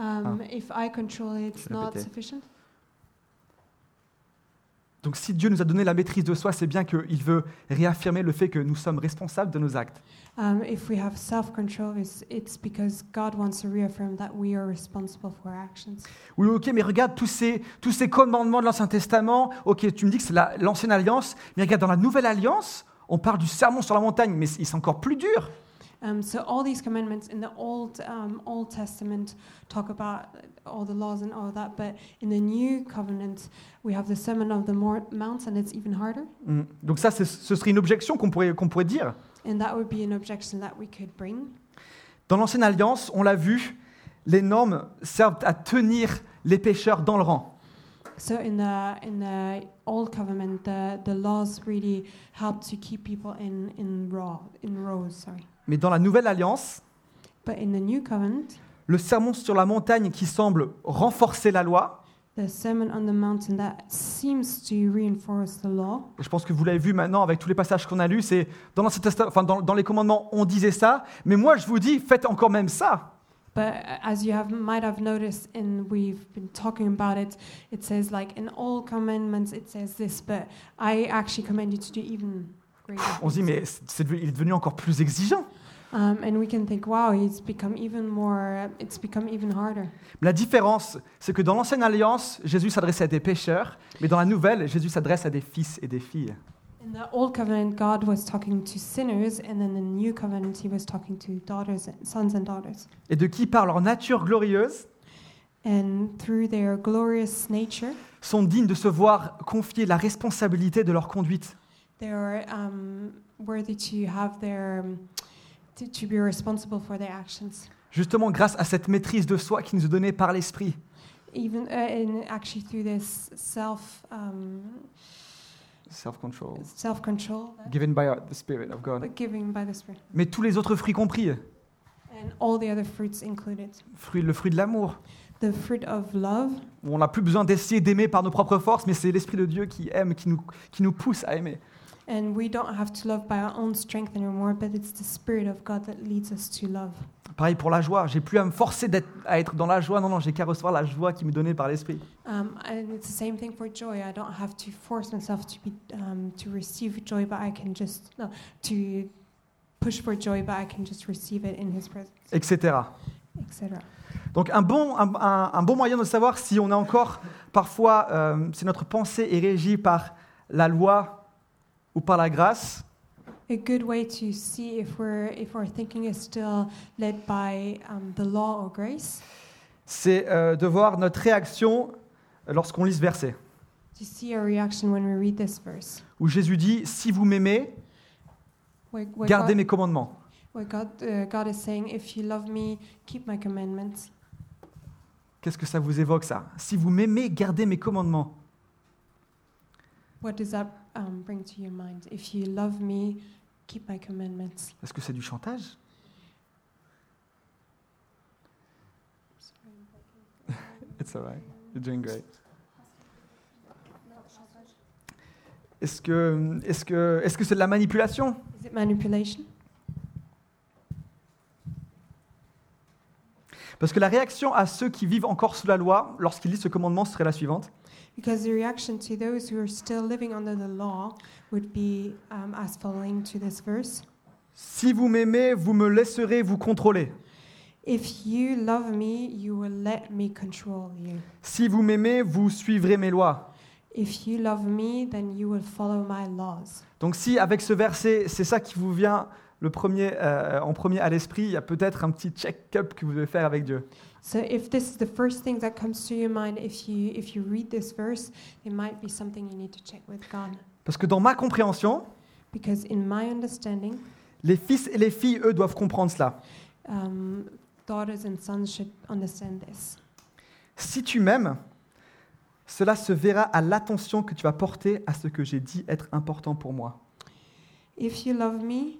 Speaker 2: Um, If I control it, it's
Speaker 1: Je
Speaker 2: not
Speaker 1: répétais.
Speaker 2: sufficient.
Speaker 1: Donc si Dieu nous a donné la maîtrise de soi, c'est bien qu'il veut réaffirmer le fait que nous sommes responsables de nos actes.
Speaker 2: Um, if we have self-control, it's, it's because God wants to reaffirm that we are responsible for our actions.
Speaker 1: Oui, ok, mais regarde tous ces, tous ces commandements de l'Ancien Testament. Ok, tu me dis que c'est la- l'Ancienne Alliance, mais regarde, dans la Nouvelle Alliance, on parle du sermon sur la montagne, mais c'est c'est encore plus dur.
Speaker 2: Um, so all these commandments in the Old um, Old Testament talk about all the laws and all that, but in the New Covenant we have the Sermon of the Mor- Mount, and it's even harder.
Speaker 1: Mm. Donc ça, c'est- ce serait une objection qu'on pourrait, qu'on pourrait dire.
Speaker 2: And that would be an objection that we could bring.
Speaker 1: Dans l'Ancienne Alliance, on l'a vu, les normes servent à tenir les pécheurs dans le rang.
Speaker 2: So in the in the Old Covenant, the, the laws really help to keep people in in row in rows. Sorry,
Speaker 1: Mais dans la Nouvelle Alliance,
Speaker 2: but in the New Covenant,
Speaker 1: le sermon sur la montagne qui semble renforcer la loi,
Speaker 2: the Sermon on the Mountain that seems to reinforce the law.
Speaker 1: et je pense que vous l'avez vu maintenant avec tous les passages qu'on a lus, c'est dans, l'Ancien Testament- enfin, dans- dans les commandements, on disait ça, mais moi je vous dis, faites encore même ça.
Speaker 2: But as you have might have noticed, and we've been talking about it, it says like in all commandments it says this, but I actually command you to do even greater.
Speaker 1: On se dit,
Speaker 2: things.
Speaker 1: mais c'est- c'est devenu- il est devenu encore plus exigeant.
Speaker 2: Um, and we can think, wow, it's become even more. It's become even harder.
Speaker 1: Mais la différence, c'est que dans l'Ancienne Alliance, Jésus s'adressait à des pécheurs, mais dans la Nouvelle, Jésus s'adresse à des fils et des filles.
Speaker 2: In the old covenant, God was talking to sinners, and then the new covenant, He was talking to daughters, and sons, and daughters.
Speaker 1: Et de qui, par leur nature glorieuse,
Speaker 2: And through their glorious nature,
Speaker 1: sont dignes de se voir confier la responsabilité de leur conduite.
Speaker 2: they are um, worthy to have their um, to, to be responsible for their actions.
Speaker 1: Justement, grâce à cette maîtrise de soi qui nous est donnée par l'Esprit.
Speaker 2: even uh, in actually through this self um,
Speaker 1: Self-control.
Speaker 2: self control
Speaker 1: Given by the Spirit of God.
Speaker 2: given by the spirit
Speaker 1: Mais tous les autres fruits compris.
Speaker 2: and all the other fruits included
Speaker 1: Fruit- le fruit de l'amour.
Speaker 2: the fruit of love
Speaker 1: On n'a plus besoin d'essayer d'aimer par nos propres forces, mais c'est l'Esprit de Dieu qui aime, qui nous, qui nous pousse à aimer.
Speaker 2: and we don't have to love by our own strength anymore but it's the spirit of god that leads us to love
Speaker 1: Pareil pour la joie. J'ai plus à me forcer d'être, à être dans la joie. Non, non, j'ai qu'à recevoir la joie qui m'est donnée par l'Esprit.
Speaker 2: um, and it's the same thing for joy i don't have to force myself to be um, to receive joy but i can just no to push for joy but i can just receive it in his presence
Speaker 1: Etc.
Speaker 2: etc
Speaker 1: Donc un bon, un, un- un bon moyen de savoir si on a encore, parfois, euh, si notre pensée est régie par la loi ou par la grâce,
Speaker 2: A good way to see if we're if our thinking is still led by um, the law or grace,
Speaker 1: c'est euh, de voir notre réaction lorsqu'on lit ce verset,
Speaker 2: to see our reaction when we read this verse,
Speaker 1: où Jésus dit, si vous m'aimez,
Speaker 2: where, where
Speaker 1: gardez
Speaker 2: God,
Speaker 1: mes commandements.
Speaker 2: where God, uh, God is saying, If you love me, keep my commandments.
Speaker 1: Qu'est-ce que ça vous évoque, ça Si vous m'aimez, gardez mes commandements.
Speaker 2: What does that um, bring to your mind? If you love me, keep my commandments.
Speaker 1: Est-ce que c'est du chantage It's alright. You're doing great. Est-ce que est-ce que est-ce que c'est de la manipulation
Speaker 2: Is it manipulation?
Speaker 1: Parce que la réaction à ceux qui vivent encore sous la loi lorsqu'ils lisent ce commandement serait la suivante
Speaker 2: Because the reaction to those who are still living under the law would be um, as following to this verse
Speaker 1: Si vous m'aimez, vous me laisserez vous contrôler.
Speaker 2: If you love me, you will let me control you.
Speaker 1: Si vous m'aimez, vous suivrez mes lois.
Speaker 2: If you love me, then you will follow my laws.
Speaker 1: Donc si avec ce verset, c'est ça qui vous vient le premier, euh, en premier à l'esprit, il y a peut-être un petit check-up que vous devez faire avec Dieu.
Speaker 2: So if this is the first thing that comes to your mind if you if you read this verse, there might be something you need to check with God.
Speaker 1: Parce que dans ma compréhension,
Speaker 2: Because in my understanding,
Speaker 1: les fils et les filles, eux, doivent comprendre cela.
Speaker 2: um, daughters and sons should understand this.
Speaker 1: Si tu m'aimes, cela se verra à l'attention que tu vas porter à ce que j'ai dit être important pour moi.
Speaker 2: If you love me,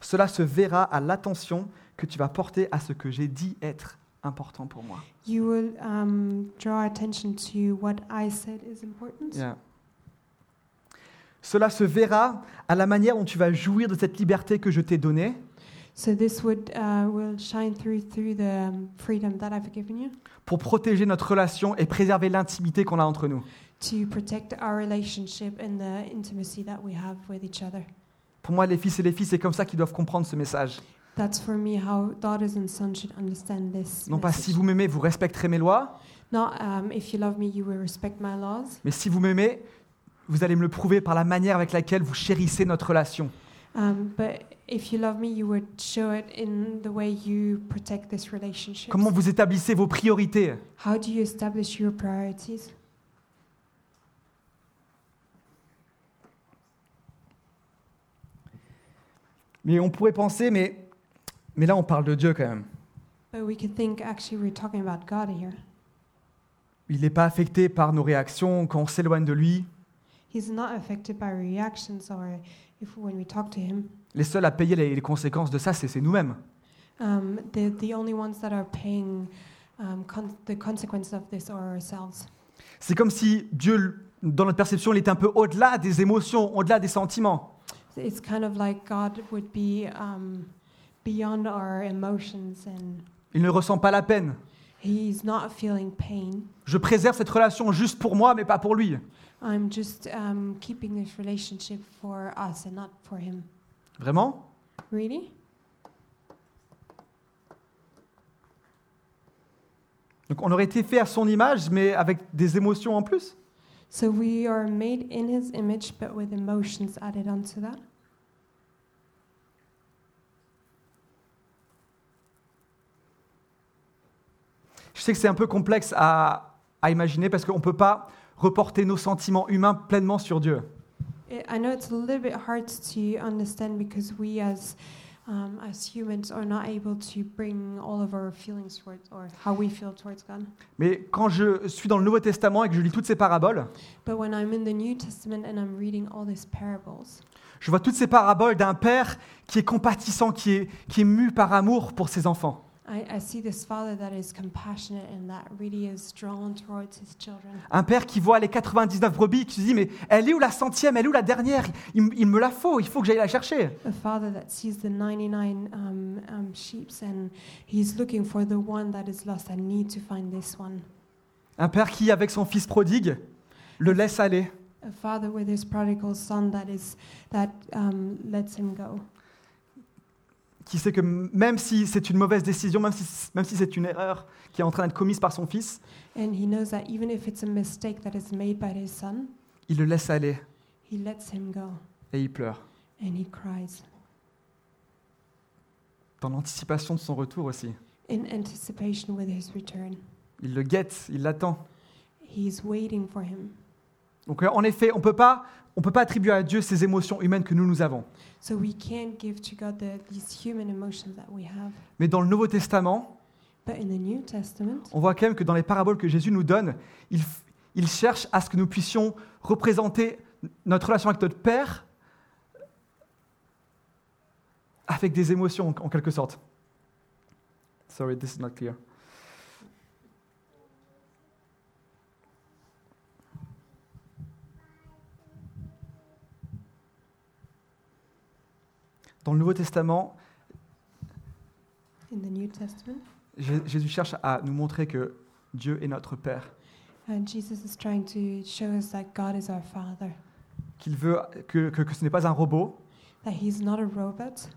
Speaker 1: Cela se verra à l'attention que tu vas porter à ce que j'ai dit être important pour moi.
Speaker 2: you will um, draw attention to what I said is important.
Speaker 1: Yeah. Cela se verra à la manière dont tu vas jouir de cette liberté que je t'ai donnée
Speaker 2: So this would uh, will shine through through the um, freedom that I've given you
Speaker 1: pour protéger notre relation et préserver l'intimité qu'on a entre nous.
Speaker 2: to protect our relationship and the intimacy that we have with each other.
Speaker 1: Pour moi, les fils et les filles, c'est comme ça qu'ils doivent comprendre ce message.
Speaker 2: That's for me how daughters and sons should understand this.
Speaker 1: Non pas
Speaker 2: message.
Speaker 1: si vous m'aimez, vous respecterez mes lois,
Speaker 2: Not um, if you love me, you will respect my laws.
Speaker 1: mais si vous m'aimez, vous allez me le prouver par la manière avec laquelle vous chérissez notre relation.
Speaker 2: Um, but if you love me, you would show it in the way you protect this relationship.
Speaker 1: Comment vous établissez vos priorités
Speaker 2: How do you establish your priorities?
Speaker 1: Mais on pourrait penser, mais, mais là on parle de Dieu quand même.
Speaker 2: But we could think actually we're talking about God here.
Speaker 1: Il n'est pas affecté par nos réactions quand on s'éloigne de lui.
Speaker 2: He's not affected by reactions or if when we talk to him.
Speaker 1: Les seuls à payer les les conséquences de ça, c'est c'est nous-mêmes.
Speaker 2: Um, the the only ones that are paying um, con- the consequence of this are ourselves.
Speaker 1: C'est comme si Dieu, dans notre perception, il était un peu au-delà des émotions, au-delà des sentiments.
Speaker 2: It's kind of like God would be um, beyond our emotions and
Speaker 1: Il ne ressent pas la peine.
Speaker 2: He's not feeling pain.
Speaker 1: Je préserve cette relation juste pour moi, mais pas pour lui.
Speaker 2: I'm just um, keeping this relationship for us and not for Him.
Speaker 1: Vraiment
Speaker 2: Really?
Speaker 1: Donc on aurait été fait à son image, mais avec des émotions en plus
Speaker 2: So we are made in His image, but with emotions added onto that.
Speaker 1: Je sais que c'est un peu complexe à, à imaginer parce qu'on ne peut pas reporter nos sentiments humains pleinement sur Dieu.
Speaker 2: It, I know it's a little bit hard to understand because we as um, as humans are not able to bring all of our feelings towards or how we feel towards God.
Speaker 1: Mais quand je suis dans le Nouveau Testament et que je lis toutes ces paraboles,
Speaker 2: But when I'm in the New Testament and I'm reading all these parables,
Speaker 1: je vois toutes ces paraboles d'un père qui est compatissant, qui est, qui est mu par amour pour ses enfants.
Speaker 2: I, I see this father that is compassionate and that really is drawn towards his children.
Speaker 1: Un père qui voit les 99 brebis, qui se dit, mais elle est où la centième, elle est où la dernière il, il me la faut, il faut que j'aille la chercher.
Speaker 2: A father that sees the 99 um, um, sheeps and he's looking for the one that is lost. I need to find this one.
Speaker 1: Un père qui, avec son fils prodigue, le laisse aller.
Speaker 2: A father with his prodigal son that is that um, lets him go.
Speaker 1: Qui sait que même si c'est une mauvaise décision, même si, même si c'est une erreur qui est en train d'être commise par son fils,
Speaker 2: And he knows that even if it's a mistake that is made by his son,
Speaker 1: il le laisse aller
Speaker 2: he lets him go
Speaker 1: et il pleure.
Speaker 2: and he cries
Speaker 1: Dans l'anticipation de son retour aussi.
Speaker 2: in anticipation with his return.
Speaker 1: Il le guette, il l'attend.
Speaker 2: He's waiting for him.
Speaker 1: Donc euh, en effet, on ne peut pas attribuer à Dieu ces émotions humaines que nous, nous avons.
Speaker 2: So we can't give to God the, these human emotions that we have.
Speaker 1: Mais dans le Nouveau Testament,
Speaker 2: But in the New Testament,
Speaker 1: on voit quand même que dans les paraboles que Jésus nous donne, il, f- il cherche à ce que nous puissions représenter notre relation avec notre Père avec des émotions, en en quelque sorte. Sorry, this is not clear. Dans le Nouveau Testament,
Speaker 2: in the New Testament,
Speaker 1: Jé- Jésus cherche à nous montrer que Dieu est notre Père,
Speaker 2: and uh, Jesus is trying to show us that God is our Father,
Speaker 1: qu'il veut que, que- que ce n'est pas un robot,
Speaker 2: that He's not a robot.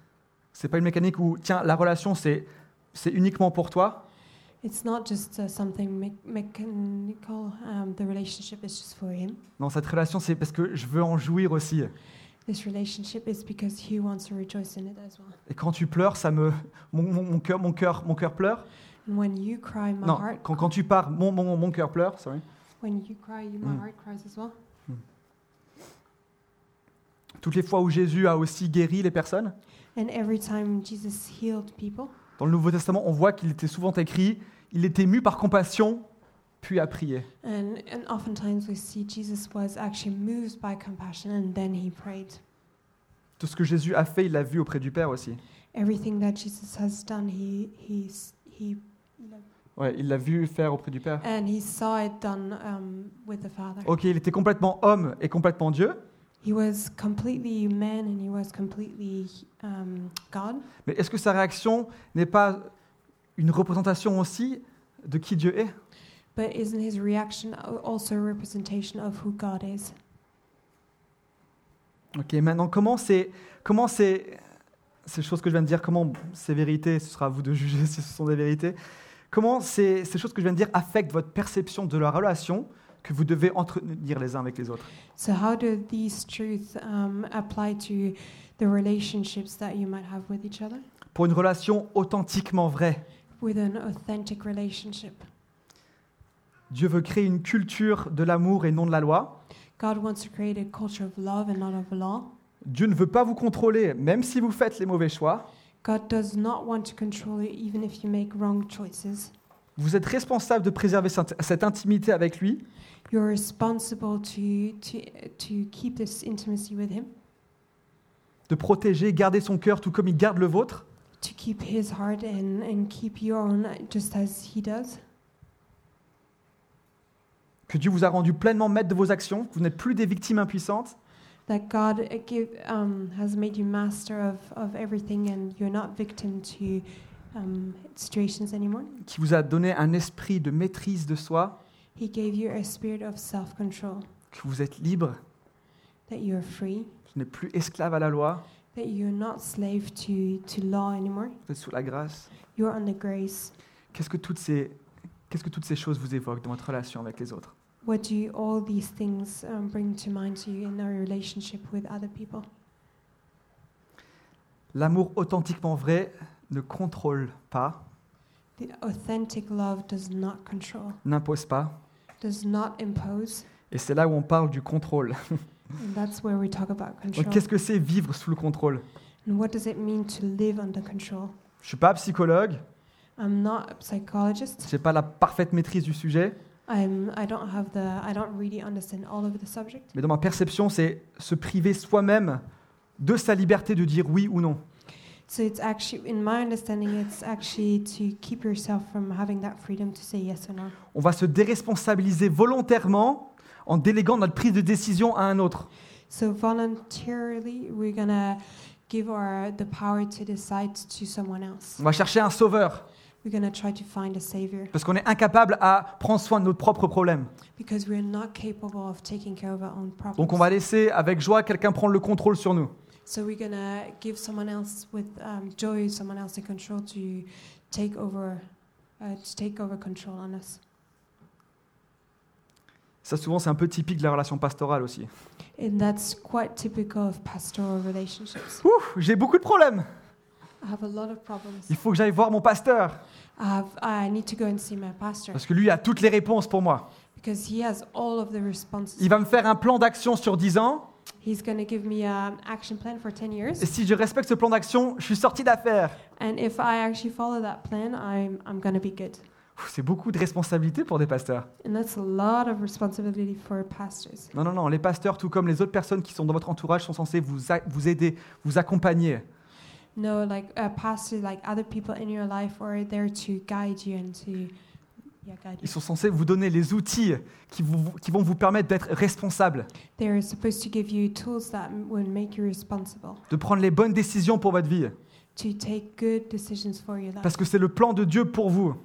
Speaker 1: c'est pas une mécanique où tiens la relation c'est c'est uniquement pour toi.
Speaker 2: It's not just uh, something me- mechanical. Um, the relationship is just for Him.
Speaker 1: Non, cette relation c'est parce que je veux en jouir aussi.
Speaker 2: This relationship is because He wants to rejoice in it as well.
Speaker 1: Et quand tu pleures, ça me mon, mon, mon cœur mon cœur mon cœur pleure.
Speaker 2: And when you cry, my
Speaker 1: non,
Speaker 2: heart.
Speaker 1: quand, quand tu pars, mon mon, mon cœur pleure. Sorry.
Speaker 2: When you cry, you, my
Speaker 1: Mm.
Speaker 2: heart cries as well.
Speaker 1: Toutes les fois où Jésus a aussi guéri les personnes.
Speaker 2: And every time Jesus healed people,
Speaker 1: Dans le Nouveau Testament, on voit qu'il était souvent écrit, il était mu par compassion, puis a prié.
Speaker 2: and, and oftentimes we see Jesus was actually moved by compassion and then he prayed.
Speaker 1: Tout ce que Jésus a fait, il l'a vu auprès du Père aussi.
Speaker 2: Everything that Jesus has done, he, he, s- he
Speaker 1: Ouais, il l'a vu faire auprès du Père.
Speaker 2: and he saw it done um, with the Father.
Speaker 1: Ok, il était complètement homme et complètement Dieu,
Speaker 2: He was completely man and he was completely um, God.
Speaker 1: mais est-ce que sa réaction n'est pas une représentation aussi de qui Dieu est
Speaker 2: But isn't his reaction al- also a representation of who God is?
Speaker 1: Ok, maintenant, comment ces, comment ces, ces choses que je viens de dire, comment ces vérités, ce sera à vous de juger si ce sont des vérités, comment ces, ces choses que je viens de dire affectent votre perception de la relation que vous devez entretenir les uns avec les autres
Speaker 2: So, how do these truths um, apply to the relationships that you might have with each other?
Speaker 1: Pour une relation authentiquement vraie,
Speaker 2: With an authentic relationship,
Speaker 1: Dieu veut créer une culture de l'amour et non de la loi.
Speaker 2: God wants to create a culture of love and not of law.
Speaker 1: Dieu ne veut pas vous contrôler, même si vous faites les mauvais choix.
Speaker 2: God does not want to control you, even if you make wrong choices.
Speaker 1: Vous êtes responsable de préserver cette cette intimité avec lui.
Speaker 2: You're responsible to to to keep this intimacy with Him,
Speaker 1: de protéger, garder son cœur tout comme il garde le vôtre.
Speaker 2: to keep His heart and and keep your own, just as He does.
Speaker 1: Que Dieu vous a rendu pleinement maître de vos actions, que vous n'êtes plus des victimes impuissantes.
Speaker 2: That God uh, give, um, has made you master of of everything, and you're not victim to um, situations anymore.
Speaker 1: Qui vous a donné un esprit de maîtrise de soi,
Speaker 2: He gave you a spirit of self-control,
Speaker 1: que vous êtes libre,
Speaker 2: that you're free,
Speaker 1: que vous n'êtes plus esclave à la loi,
Speaker 2: that you're not slave to to law anymore.
Speaker 1: que vous êtes sous la grâce.
Speaker 2: You're under grace.
Speaker 1: Qu'est-ce que toutes ces, qu'est-ce que toutes ces choses vous évoquent dans votre relation avec les autres
Speaker 2: What do you, all these things um, bring to mind to you in our relationship with other people?
Speaker 1: L'amour authentiquement vrai ne contrôle pas,
Speaker 2: The authentic love does not control,
Speaker 1: n'impose pas.
Speaker 2: does not impose,
Speaker 1: Et c'est là où on parle du contrôle.
Speaker 2: and that's where we talk about
Speaker 1: Donc,
Speaker 2: control.
Speaker 1: Qu'est-ce que c'est vivre sous le contrôle
Speaker 2: And what does it mean to live under control?
Speaker 1: Je ne suis pas psychologue,
Speaker 2: I'm not a psychologist.
Speaker 1: je n'ai pas la parfaite maîtrise du sujet.
Speaker 2: I'm. I don't have the. I don't really understand all of the subject.
Speaker 1: Mais dans ma perception, c'est se priver soi-même de sa liberté de dire oui ou non.
Speaker 2: So it's actually, in my understanding, it's actually to keep yourself from having that freedom to say yes or no.
Speaker 1: On va se déresponsabiliser volontairement en déléguant notre prise de décision à un autre.
Speaker 2: So voluntarily, we're gonna give our the power to decide to someone else.
Speaker 1: On va chercher un sauveur
Speaker 2: We're gonna try to find a savior
Speaker 1: parce qu'on est incapable à prendre soin de nos propres problèmes.
Speaker 2: because we're not capable of taking care of our own problems.
Speaker 1: Donc on va laisser avec joie quelqu'un prendre le contrôle sur nous.
Speaker 2: So we're gonna give someone else with um, joy, someone else the control to take over, uh, to take over control on us.
Speaker 1: Ça souvent c'est un peu typique de la relation pastorale aussi.
Speaker 2: And that's quite typical of pastoral relationships.
Speaker 1: Ouf, j'ai beaucoup de problèmes.
Speaker 2: I have a lot of problems.
Speaker 1: Il faut que j'aille voir mon pasteur
Speaker 2: I have. I need to go and see my pastor
Speaker 1: parce que lui a toutes les réponses pour moi.
Speaker 2: because he has all of the responses.
Speaker 1: Il va me faire un plan d'action sur 10 ans.
Speaker 2: He's going to give me an action plan for 10
Speaker 1: Et
Speaker 2: years.
Speaker 1: si je respecte ce plan d'action, je suis sorti d'affaires.
Speaker 2: And if I actually follow that plan, I'm, I'm going to be good.
Speaker 1: Ouh, C'est beaucoup de responsabilités pour des pasteurs.
Speaker 2: And that's a lot of responsibility for pastors.
Speaker 1: Non, non, non. Les pasteurs, tout comme les autres personnes qui sont dans votre entourage, sont censés vous, a- vous aider, vous accompagner.
Speaker 2: No, like a pastor, like other people in your life are there to guide you and to yeah, guide
Speaker 1: Ils
Speaker 2: you.
Speaker 1: sont censés vous donner les outils qui, vous- qui vont vous permettre d'être responsable,
Speaker 2: They're supposed to give you tools that m- will make you responsible,
Speaker 1: de prendre les bonnes décisions pour votre vie.
Speaker 2: to take good decisions for your life,
Speaker 1: Parce que c'est le plan de Dieu pour vous.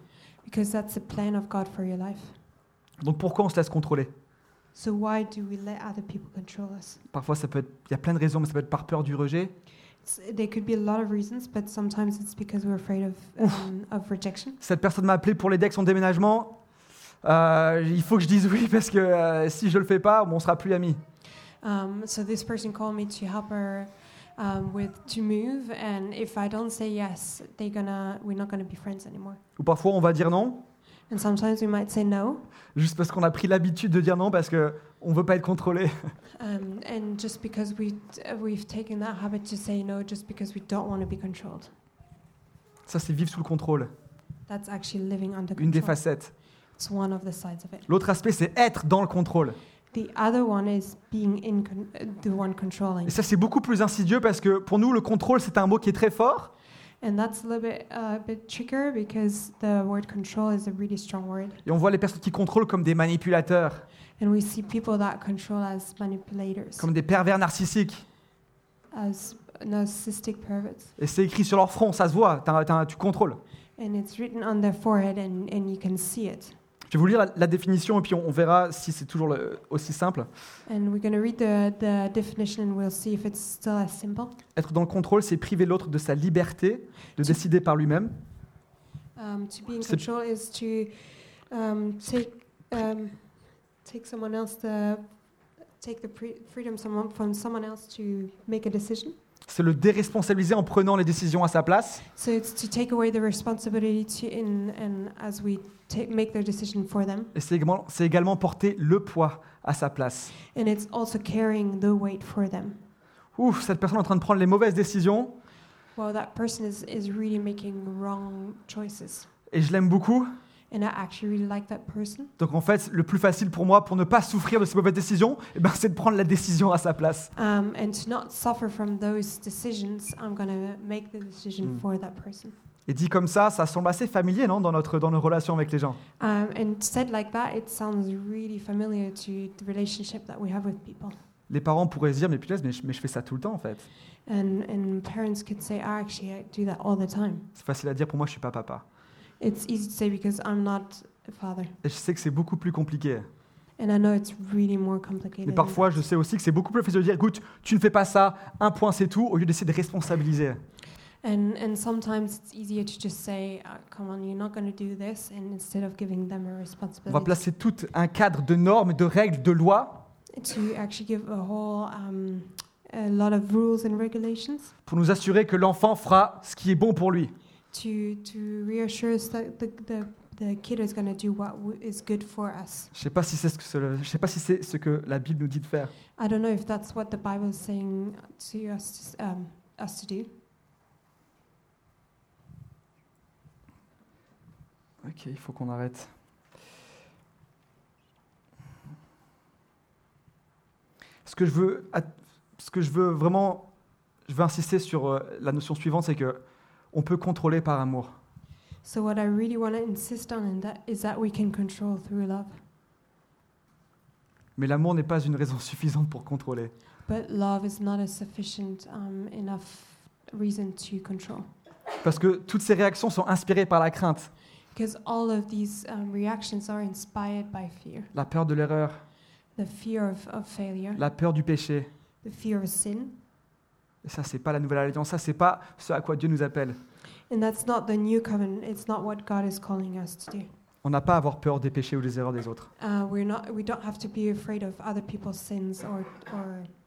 Speaker 2: because that's the plan of God for your life.
Speaker 1: Donc pourquoi on se laisse contrôler
Speaker 2: So why do we let other people control us?
Speaker 1: Parfois, ça peut être, il y a plein de raisons, mais ça peut être par peur du rejet,
Speaker 2: S- There could be a lot of reasons, but sometimes it's because we're afraid of um, of rejection.
Speaker 1: cette personne m'a appelé pour l'aider avec son déménagement. Euh, il faut que je dise oui parce que euh, si je le fais pas, bon, on sera plus amis.
Speaker 2: Um, so this person called me to help her um, with to move, and if I don't say yes, they're gonna we're not gonna be friends anymore.
Speaker 1: Ou parfois on va dire non
Speaker 2: And sometimes we might say no,
Speaker 1: juste parce qu'on a pris l'habitude de dire non parce que on veut pas être contrôlé.
Speaker 2: um, and just because we uh, we've taken that habit to say no, just because we don't want to be controlled.
Speaker 1: Ça c'est vivre sous le contrôle,
Speaker 2: That's actually living under
Speaker 1: une des
Speaker 2: control.
Speaker 1: facettes.
Speaker 2: It's one of the sides of it.
Speaker 1: L'autre aspect c'est être dans le contrôle.
Speaker 2: The other one is being in con- uh, the one controlling,
Speaker 1: Et ça c'est beaucoup plus insidieux parce que pour nous le contrôle c'est un mot qui est très fort,
Speaker 2: and that's a little bit a bit trickier because the word control is a really strong word,
Speaker 1: et on voit les personnes qui contrôlent comme des manipulateurs,
Speaker 2: and we see people that control as manipulators.
Speaker 1: comme des pervers narcissiques.
Speaker 2: as narcissistic perverts.
Speaker 1: Et c'est écrit sur leur front, ça se voit, t'as- t'as- tu contrôles.
Speaker 2: And it's written on their forehead, and, and you can see it.
Speaker 1: Je vais vous lire la, la définition et puis on, on verra si c'est toujours le- aussi simple.
Speaker 2: And we're going to read the, the definition, and we'll see if it's still as simple.
Speaker 1: Être dans le contrôle, c'est priver l'autre de sa liberté de
Speaker 2: Tu-
Speaker 1: décider par lui-même,
Speaker 2: Um, to be in
Speaker 1: C'est-
Speaker 2: control is to um, take um, take someone else the take the pre- freedom someone from someone else to make a decision.
Speaker 1: c'est le déresponsabiliser en prenant les décisions à sa place,
Speaker 2: So it's to take away the responsibility to in and as we ta- make their decision for them.
Speaker 1: et c'est également, c'est également porter le poids à sa place.
Speaker 2: And it's also carrying the weight for them.
Speaker 1: Ouf, cette personne est en train de prendre les mauvaises décisions,
Speaker 2: Well, that person is, is really making wrong choices.
Speaker 1: et je l'aime beaucoup,
Speaker 2: And I actually really like that person.
Speaker 1: donc en fait, le plus facile pour moi, pour ne pas souffrir de ces mauvaises décisions, eh ben, c'est de prendre la décision à sa place.
Speaker 2: Um, and to not suffer from those decisions, I'm going to make the decision
Speaker 1: Mm.
Speaker 2: for that person.
Speaker 1: Et dit comme ça, ça semble assez familier, non, dans, notre, dans nos relations avec les gens.
Speaker 2: Um, and said like that, it sounds really familiar to the relationship that we have with people.
Speaker 1: Les parents pourraient se dire, mais punaise, mais je- mais je fais ça tout le temps, en fait.
Speaker 2: And, and parents could say, oh, actually, I do that all the time.
Speaker 1: C'est facile à dire, pour moi, je suis pas papa.
Speaker 2: It's easy to say because I'm not a father.
Speaker 1: Et je sais que c'est beaucoup plus compliqué.
Speaker 2: And I know it's really more
Speaker 1: Mais
Speaker 2: complicated.
Speaker 1: Désolé.
Speaker 2: than
Speaker 1: parfois,
Speaker 2: that.
Speaker 1: je sais aussi que c'est beaucoup plus facile de dire, écoute, tu ne fais pas ça, un point, c'est tout, au lieu d'essayer de responsabiliser.
Speaker 2: And and sometimes it's easier to just say, uh, "Come on, you're not going to do this," and instead of giving them a
Speaker 1: On va
Speaker 2: responsibility,
Speaker 1: placer tout un cadre de normes, de règles, de lois
Speaker 2: to actually give a whole um, a lot of rules and regulations
Speaker 1: pour nous assurer que l'enfant fera ce qui est bon pour lui.
Speaker 2: to to reassure us that the the, the kid is going to do what w- is good for us.
Speaker 1: Je ne sais pas si c'est ce que, ce- je sais pas si c'est ce que la Bible nous dit de faire.
Speaker 2: I don't know if that's what the Bible is saying to us um, us to do.
Speaker 1: Ok, il faut qu'on arrête. Ce que je veux, at- ce que je veux vraiment, je veux insister sur euh, la notion suivante, c'est que on peut contrôler par amour.
Speaker 2: So what I really want to insist on in that is that we can control through love,
Speaker 1: Mais l'amour n'est pas une raison suffisante pour contrôler.
Speaker 2: but love is not a sufficient um, enough reason to control.
Speaker 1: Parce que toutes ces réactions sont inspirées par la crainte,
Speaker 2: Because all of these um, reactions are inspired by fear
Speaker 1: la peur de l'erreur,
Speaker 2: the fear of, of failure,
Speaker 1: la peur du péché.
Speaker 2: the fear of sin.
Speaker 1: Et ça, c'est pas la nouvelle alliance, ça, c'est pas ce à quoi Dieu nous appelle.
Speaker 2: And that's not the new covenant, it's not what God is calling us to do.
Speaker 1: On n'a pas à avoir peur des péchés ou des erreurs des autres.
Speaker 2: Uh, we're not, we don't have to be afraid of other people's sins or, or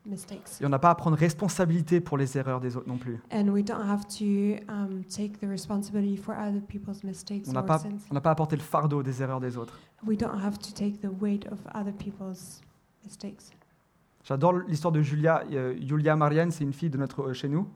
Speaker 2: mistakes.
Speaker 1: Et on n'a pas à prendre responsabilité pour les erreurs des autres non plus.
Speaker 2: And we don't have to um, take the responsibility for other people's mistakes
Speaker 1: On n'a
Speaker 2: or
Speaker 1: pas,
Speaker 2: sins.
Speaker 1: on n'a pas à porter le fardeau des erreurs des autres.
Speaker 2: We don't have to take the weight of other people's mistakes.
Speaker 1: J'adore l'histoire de Julia. Euh, Julia Marianne, c'est une fille de notre, euh, chez nous.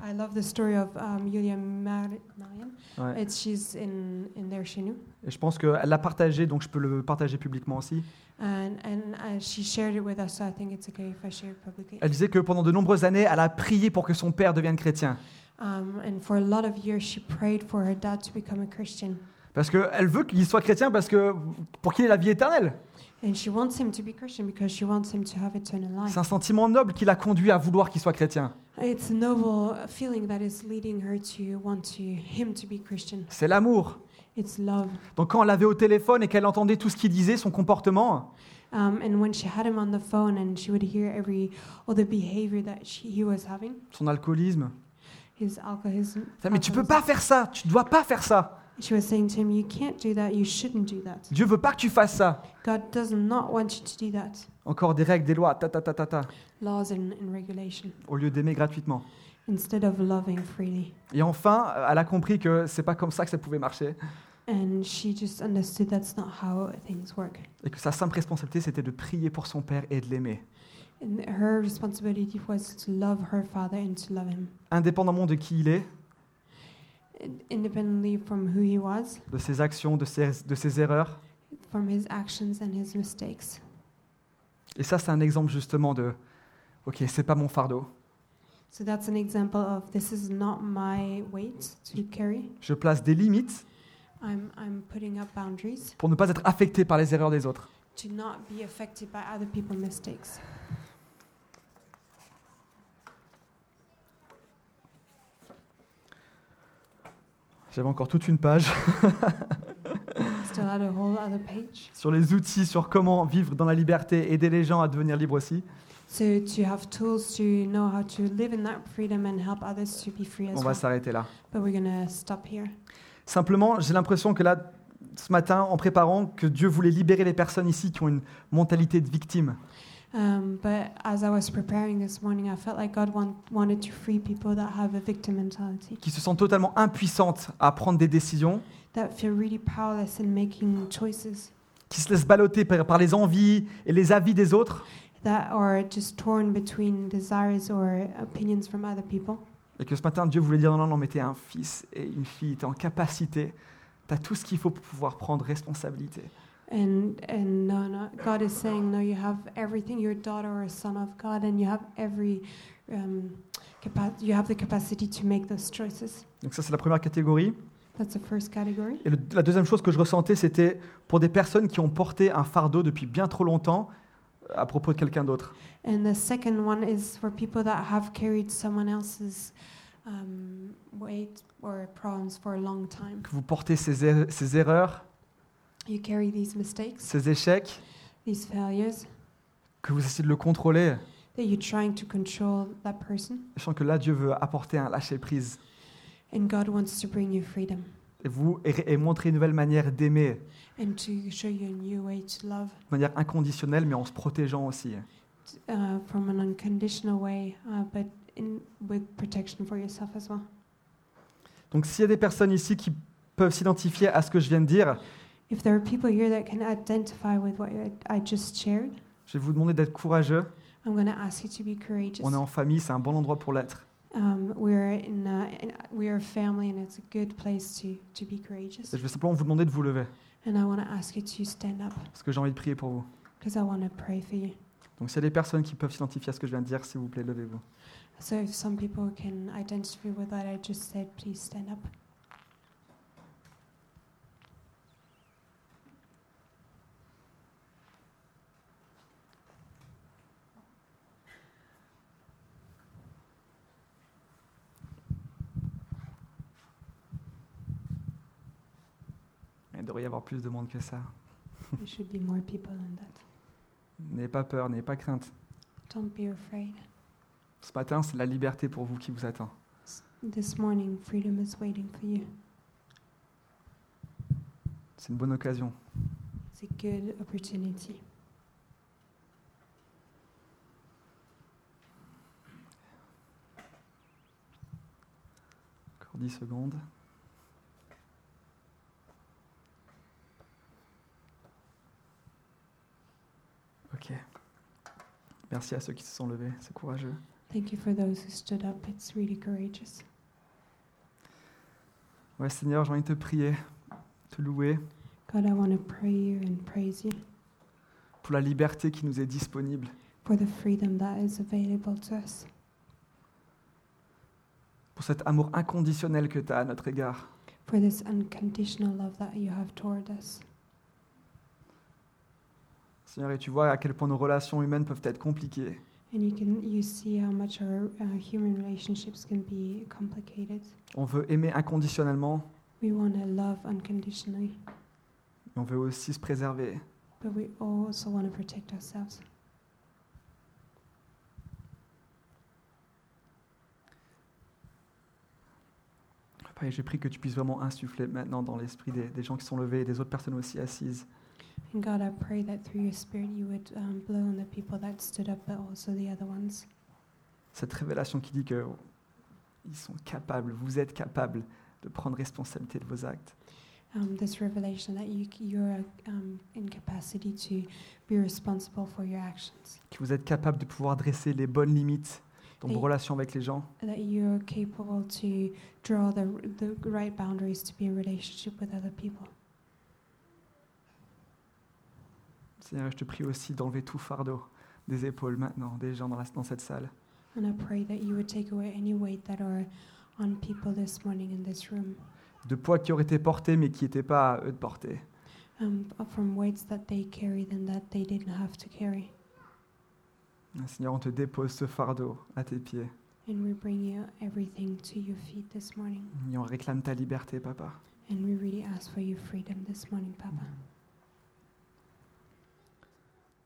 Speaker 2: I love the story of um, Julia Mar- Marian.
Speaker 1: Ouais.
Speaker 2: It's she's in in there she knew,
Speaker 1: Et je pense qu'elle l'a partagé, donc je peux le partager publiquement aussi.
Speaker 2: and and uh, she shared it with us. So I think it's okay if I share it publicly.
Speaker 1: Elle disait que pendant de nombreuses années, elle a prié pour que son père devienne chrétien.
Speaker 2: Um, and for a lot of years, she prayed for her dad to become a Christian,
Speaker 1: Parce qu'elle veut qu'il soit chrétien parce que, pour qu'il ait la vie éternelle.
Speaker 2: and she wants him to be Christian because she wants him to have eternal life.
Speaker 1: C'est un sentiment noble qui l'a conduit à vouloir qu'il soit chrétien.
Speaker 2: It's a noble feeling that is leading her to want to him to be Christian.
Speaker 1: C'est l'amour.
Speaker 2: It's love.
Speaker 1: Donc quand on l'avait au téléphone et qu'elle entendait tout ce qu'il disait, son comportement,
Speaker 2: Um, and when she had him on the phone, and she would hear every all the behavior that she, he was having,
Speaker 1: son alcoolisme.
Speaker 2: his alcoholism.
Speaker 1: Ça, mais tu peux
Speaker 2: alcoholism.
Speaker 1: pas faire ça, tu dois pas faire ça.
Speaker 2: She was saying to him, "You can't do that. You shouldn't do that.
Speaker 1: Dieu veut pas que tu fasses ça.
Speaker 2: God does not want you to do that."
Speaker 1: Encore des règles, des lois, ta ta ta ta ta,
Speaker 2: Laws and, and regulation
Speaker 1: au lieu d'aimer gratuitement.
Speaker 2: instead of loving freely.
Speaker 1: Et enfin, euh, elle a compris que c'est pas comme ça que ça pouvait marcher
Speaker 2: And she just understood that's not how things work.
Speaker 1: et que sa simple responsabilité c'était de prier pour son père et de l'aimer,
Speaker 2: And her responsibility was to love her father and to love him.
Speaker 1: indépendamment de qui il est,
Speaker 2: in- independently from who he was,
Speaker 1: de ses actions, de ses, de ses erreurs.
Speaker 2: from his actions and his mistakes.
Speaker 1: Et ça, c'est un exemple justement de OK, c'est pas mon fardeau.
Speaker 2: So that's an example of this is not my weight to carry.
Speaker 1: Je place des limites
Speaker 2: I'm, I'm putting up boundaries
Speaker 1: pour ne pas être affecté par les erreurs des autres.
Speaker 2: to not be affected by other people's mistakes.
Speaker 1: J'avais encore toute une page
Speaker 2: Still had a whole other page.
Speaker 1: sur les outils, sur comment vivre dans la liberté, aider les gens à devenir libres aussi.
Speaker 2: So to have tools to know how to live in that freedom and help others to be free as
Speaker 1: On va
Speaker 2: well.
Speaker 1: s'arrêter là.
Speaker 2: But we're gonna stop here.
Speaker 1: Simplement, j'ai l'impression que là, ce matin, en préparant, que Dieu voulait libérer les personnes ici qui ont une mentalité de victime.
Speaker 2: Um, but as I was preparing this morning, I felt like God want, wanted to free people that have a victim mentality.
Speaker 1: qui se sentent totalement impuissantes à prendre des décisions,
Speaker 2: that feel really powerless in making choices
Speaker 1: qui se laissent balloter par, par les envies et les avis des autres,
Speaker 2: that are just torn between desires or opinions from other people.
Speaker 1: et que ce matin, Dieu voulait dire non, non, non, mais t'es un fils et une fille, t'es en capacité, t'as tout ce qu'il faut pour pouvoir prendre responsabilité.
Speaker 2: And and no, no, God is saying no. You have everything. You're a daughter or a son of God, and you have every um, capa- You have the capacity to make those choices.
Speaker 1: Donc ça, c'est la première catégorie.
Speaker 2: That's the first category.
Speaker 1: Et le- la deuxième chose que je ressentais, c'était pour des personnes qui ont porté un fardeau depuis bien trop longtemps à propos de quelqu'un d'autre.
Speaker 2: And the second one is for people that have carried someone else's um, weight or problems for a long time.
Speaker 1: Que vous portez ces, er- ces erreurs,
Speaker 2: You carry these mistakes,
Speaker 1: ces échecs,
Speaker 2: these failures.
Speaker 1: que vous essayez de le contrôler.
Speaker 2: that you're trying to control that person,
Speaker 1: Je sens que là, Dieu veut apporter un lâcher-prise.
Speaker 2: and God wants to bring you freedom
Speaker 1: et vous et, et montrer une nouvelle manière d'aimer,
Speaker 2: and to show you a new way to love
Speaker 1: de manière inconditionnelle, mais en se protégeant aussi.
Speaker 2: uh, from an unconditional way, uh, but in, with protection for yourself as well.
Speaker 1: Donc s'il y a des personnes ici qui peuvent s'identifier à ce que je viens de dire,
Speaker 2: If there are people here that can identify with what I, I just shared,
Speaker 1: je vais vous demander d'être courageux.
Speaker 2: I'm going to ask you to be courageous.
Speaker 1: On est en famille, c'est un bon endroit pour l'être.
Speaker 2: Um, we're in, uh, in we're a family, and it's a good place to to be courageous.
Speaker 1: Et je vais simplement vous demander de vous lever,
Speaker 2: And I want to ask you to stand up
Speaker 1: parce que j'ai envie de prier pour vous.
Speaker 2: because I want to pray for you.
Speaker 1: Donc s'il y a des personnes qui peuvent s'identifier à ce que je viens de dire, s'il vous plaît, levez-vous.
Speaker 2: So if some people can identify with what I just said, please stand up.
Speaker 1: Il devrait y avoir plus de monde que ça.
Speaker 2: There should be more people than that.
Speaker 1: N'ayez pas peur, n'ayez pas crainte.
Speaker 2: Don't be afraid.
Speaker 1: Ce matin, c'est la liberté pour vous qui vous attend.
Speaker 2: This morning, freedom is waiting for you.
Speaker 1: C'est une bonne occasion.
Speaker 2: It's a good opportunity.
Speaker 1: pour 10 secondes. Ok. Merci à ceux qui se sont levés, c'est courageux.
Speaker 2: Thank you for those who stood up. It's really courageous.
Speaker 1: Ouais, Seigneur, j'ai envie de te prier, te louer
Speaker 2: God, I want to pray you and praise you
Speaker 1: pour la liberté qui nous est disponible.
Speaker 2: for the freedom that is available to us,
Speaker 1: pour cet amour inconditionnel que tu as à notre égard.
Speaker 2: for this unconditional love that you have toward us.
Speaker 1: Seigneur, et tu vois à quel point nos relations humaines peuvent être compliquées.
Speaker 2: And you can you see how much our uh, human relationships can be complicated.
Speaker 1: On veut aimer inconditionnellement,
Speaker 2: We want to love unconditionally,
Speaker 1: mais on veut aussi se préserver.
Speaker 2: but we also want to protect ourselves.
Speaker 1: Papa, et j'ai pris que tu puisses vraiment insuffler maintenant dans l'esprit des, des gens qui sont levés et des autres personnes aussi assises
Speaker 2: And God, I pray that through your Spirit you would um, blow on the people that stood up, but also the other ones.
Speaker 1: cette révélation qui dit que ils sont capables, vous êtes capables de prendre responsabilité de vos actes.
Speaker 2: Um, this revelation that you, you're um, in capacity to be responsible for your actions,
Speaker 1: que vous êtes capables de pouvoir dresser les bonnes limites dans vos
Speaker 2: Et-
Speaker 1: relations avec les gens,
Speaker 2: that you're capable to draw the, the right boundaries to be in relationship with other people.
Speaker 1: Seigneur, je te prie aussi d'enlever tout fardeau des épaules maintenant des gens dans, la- dans cette salle.
Speaker 2: And I pray that you would take away any weight that are on people this morning in this room,
Speaker 1: De poids qui auraient été portés mais qui n'étaient pas à eux de porter.
Speaker 2: um, from weights that they carried and that they didn't have to carry.
Speaker 1: Seigneur, on te dépose ce fardeau à tes pieds
Speaker 2: And we bring you everything to your feet this morning.
Speaker 1: et on réclame ta liberté, papa.
Speaker 2: And we really ask for your freedom this morning, Papa.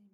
Speaker 2: amen.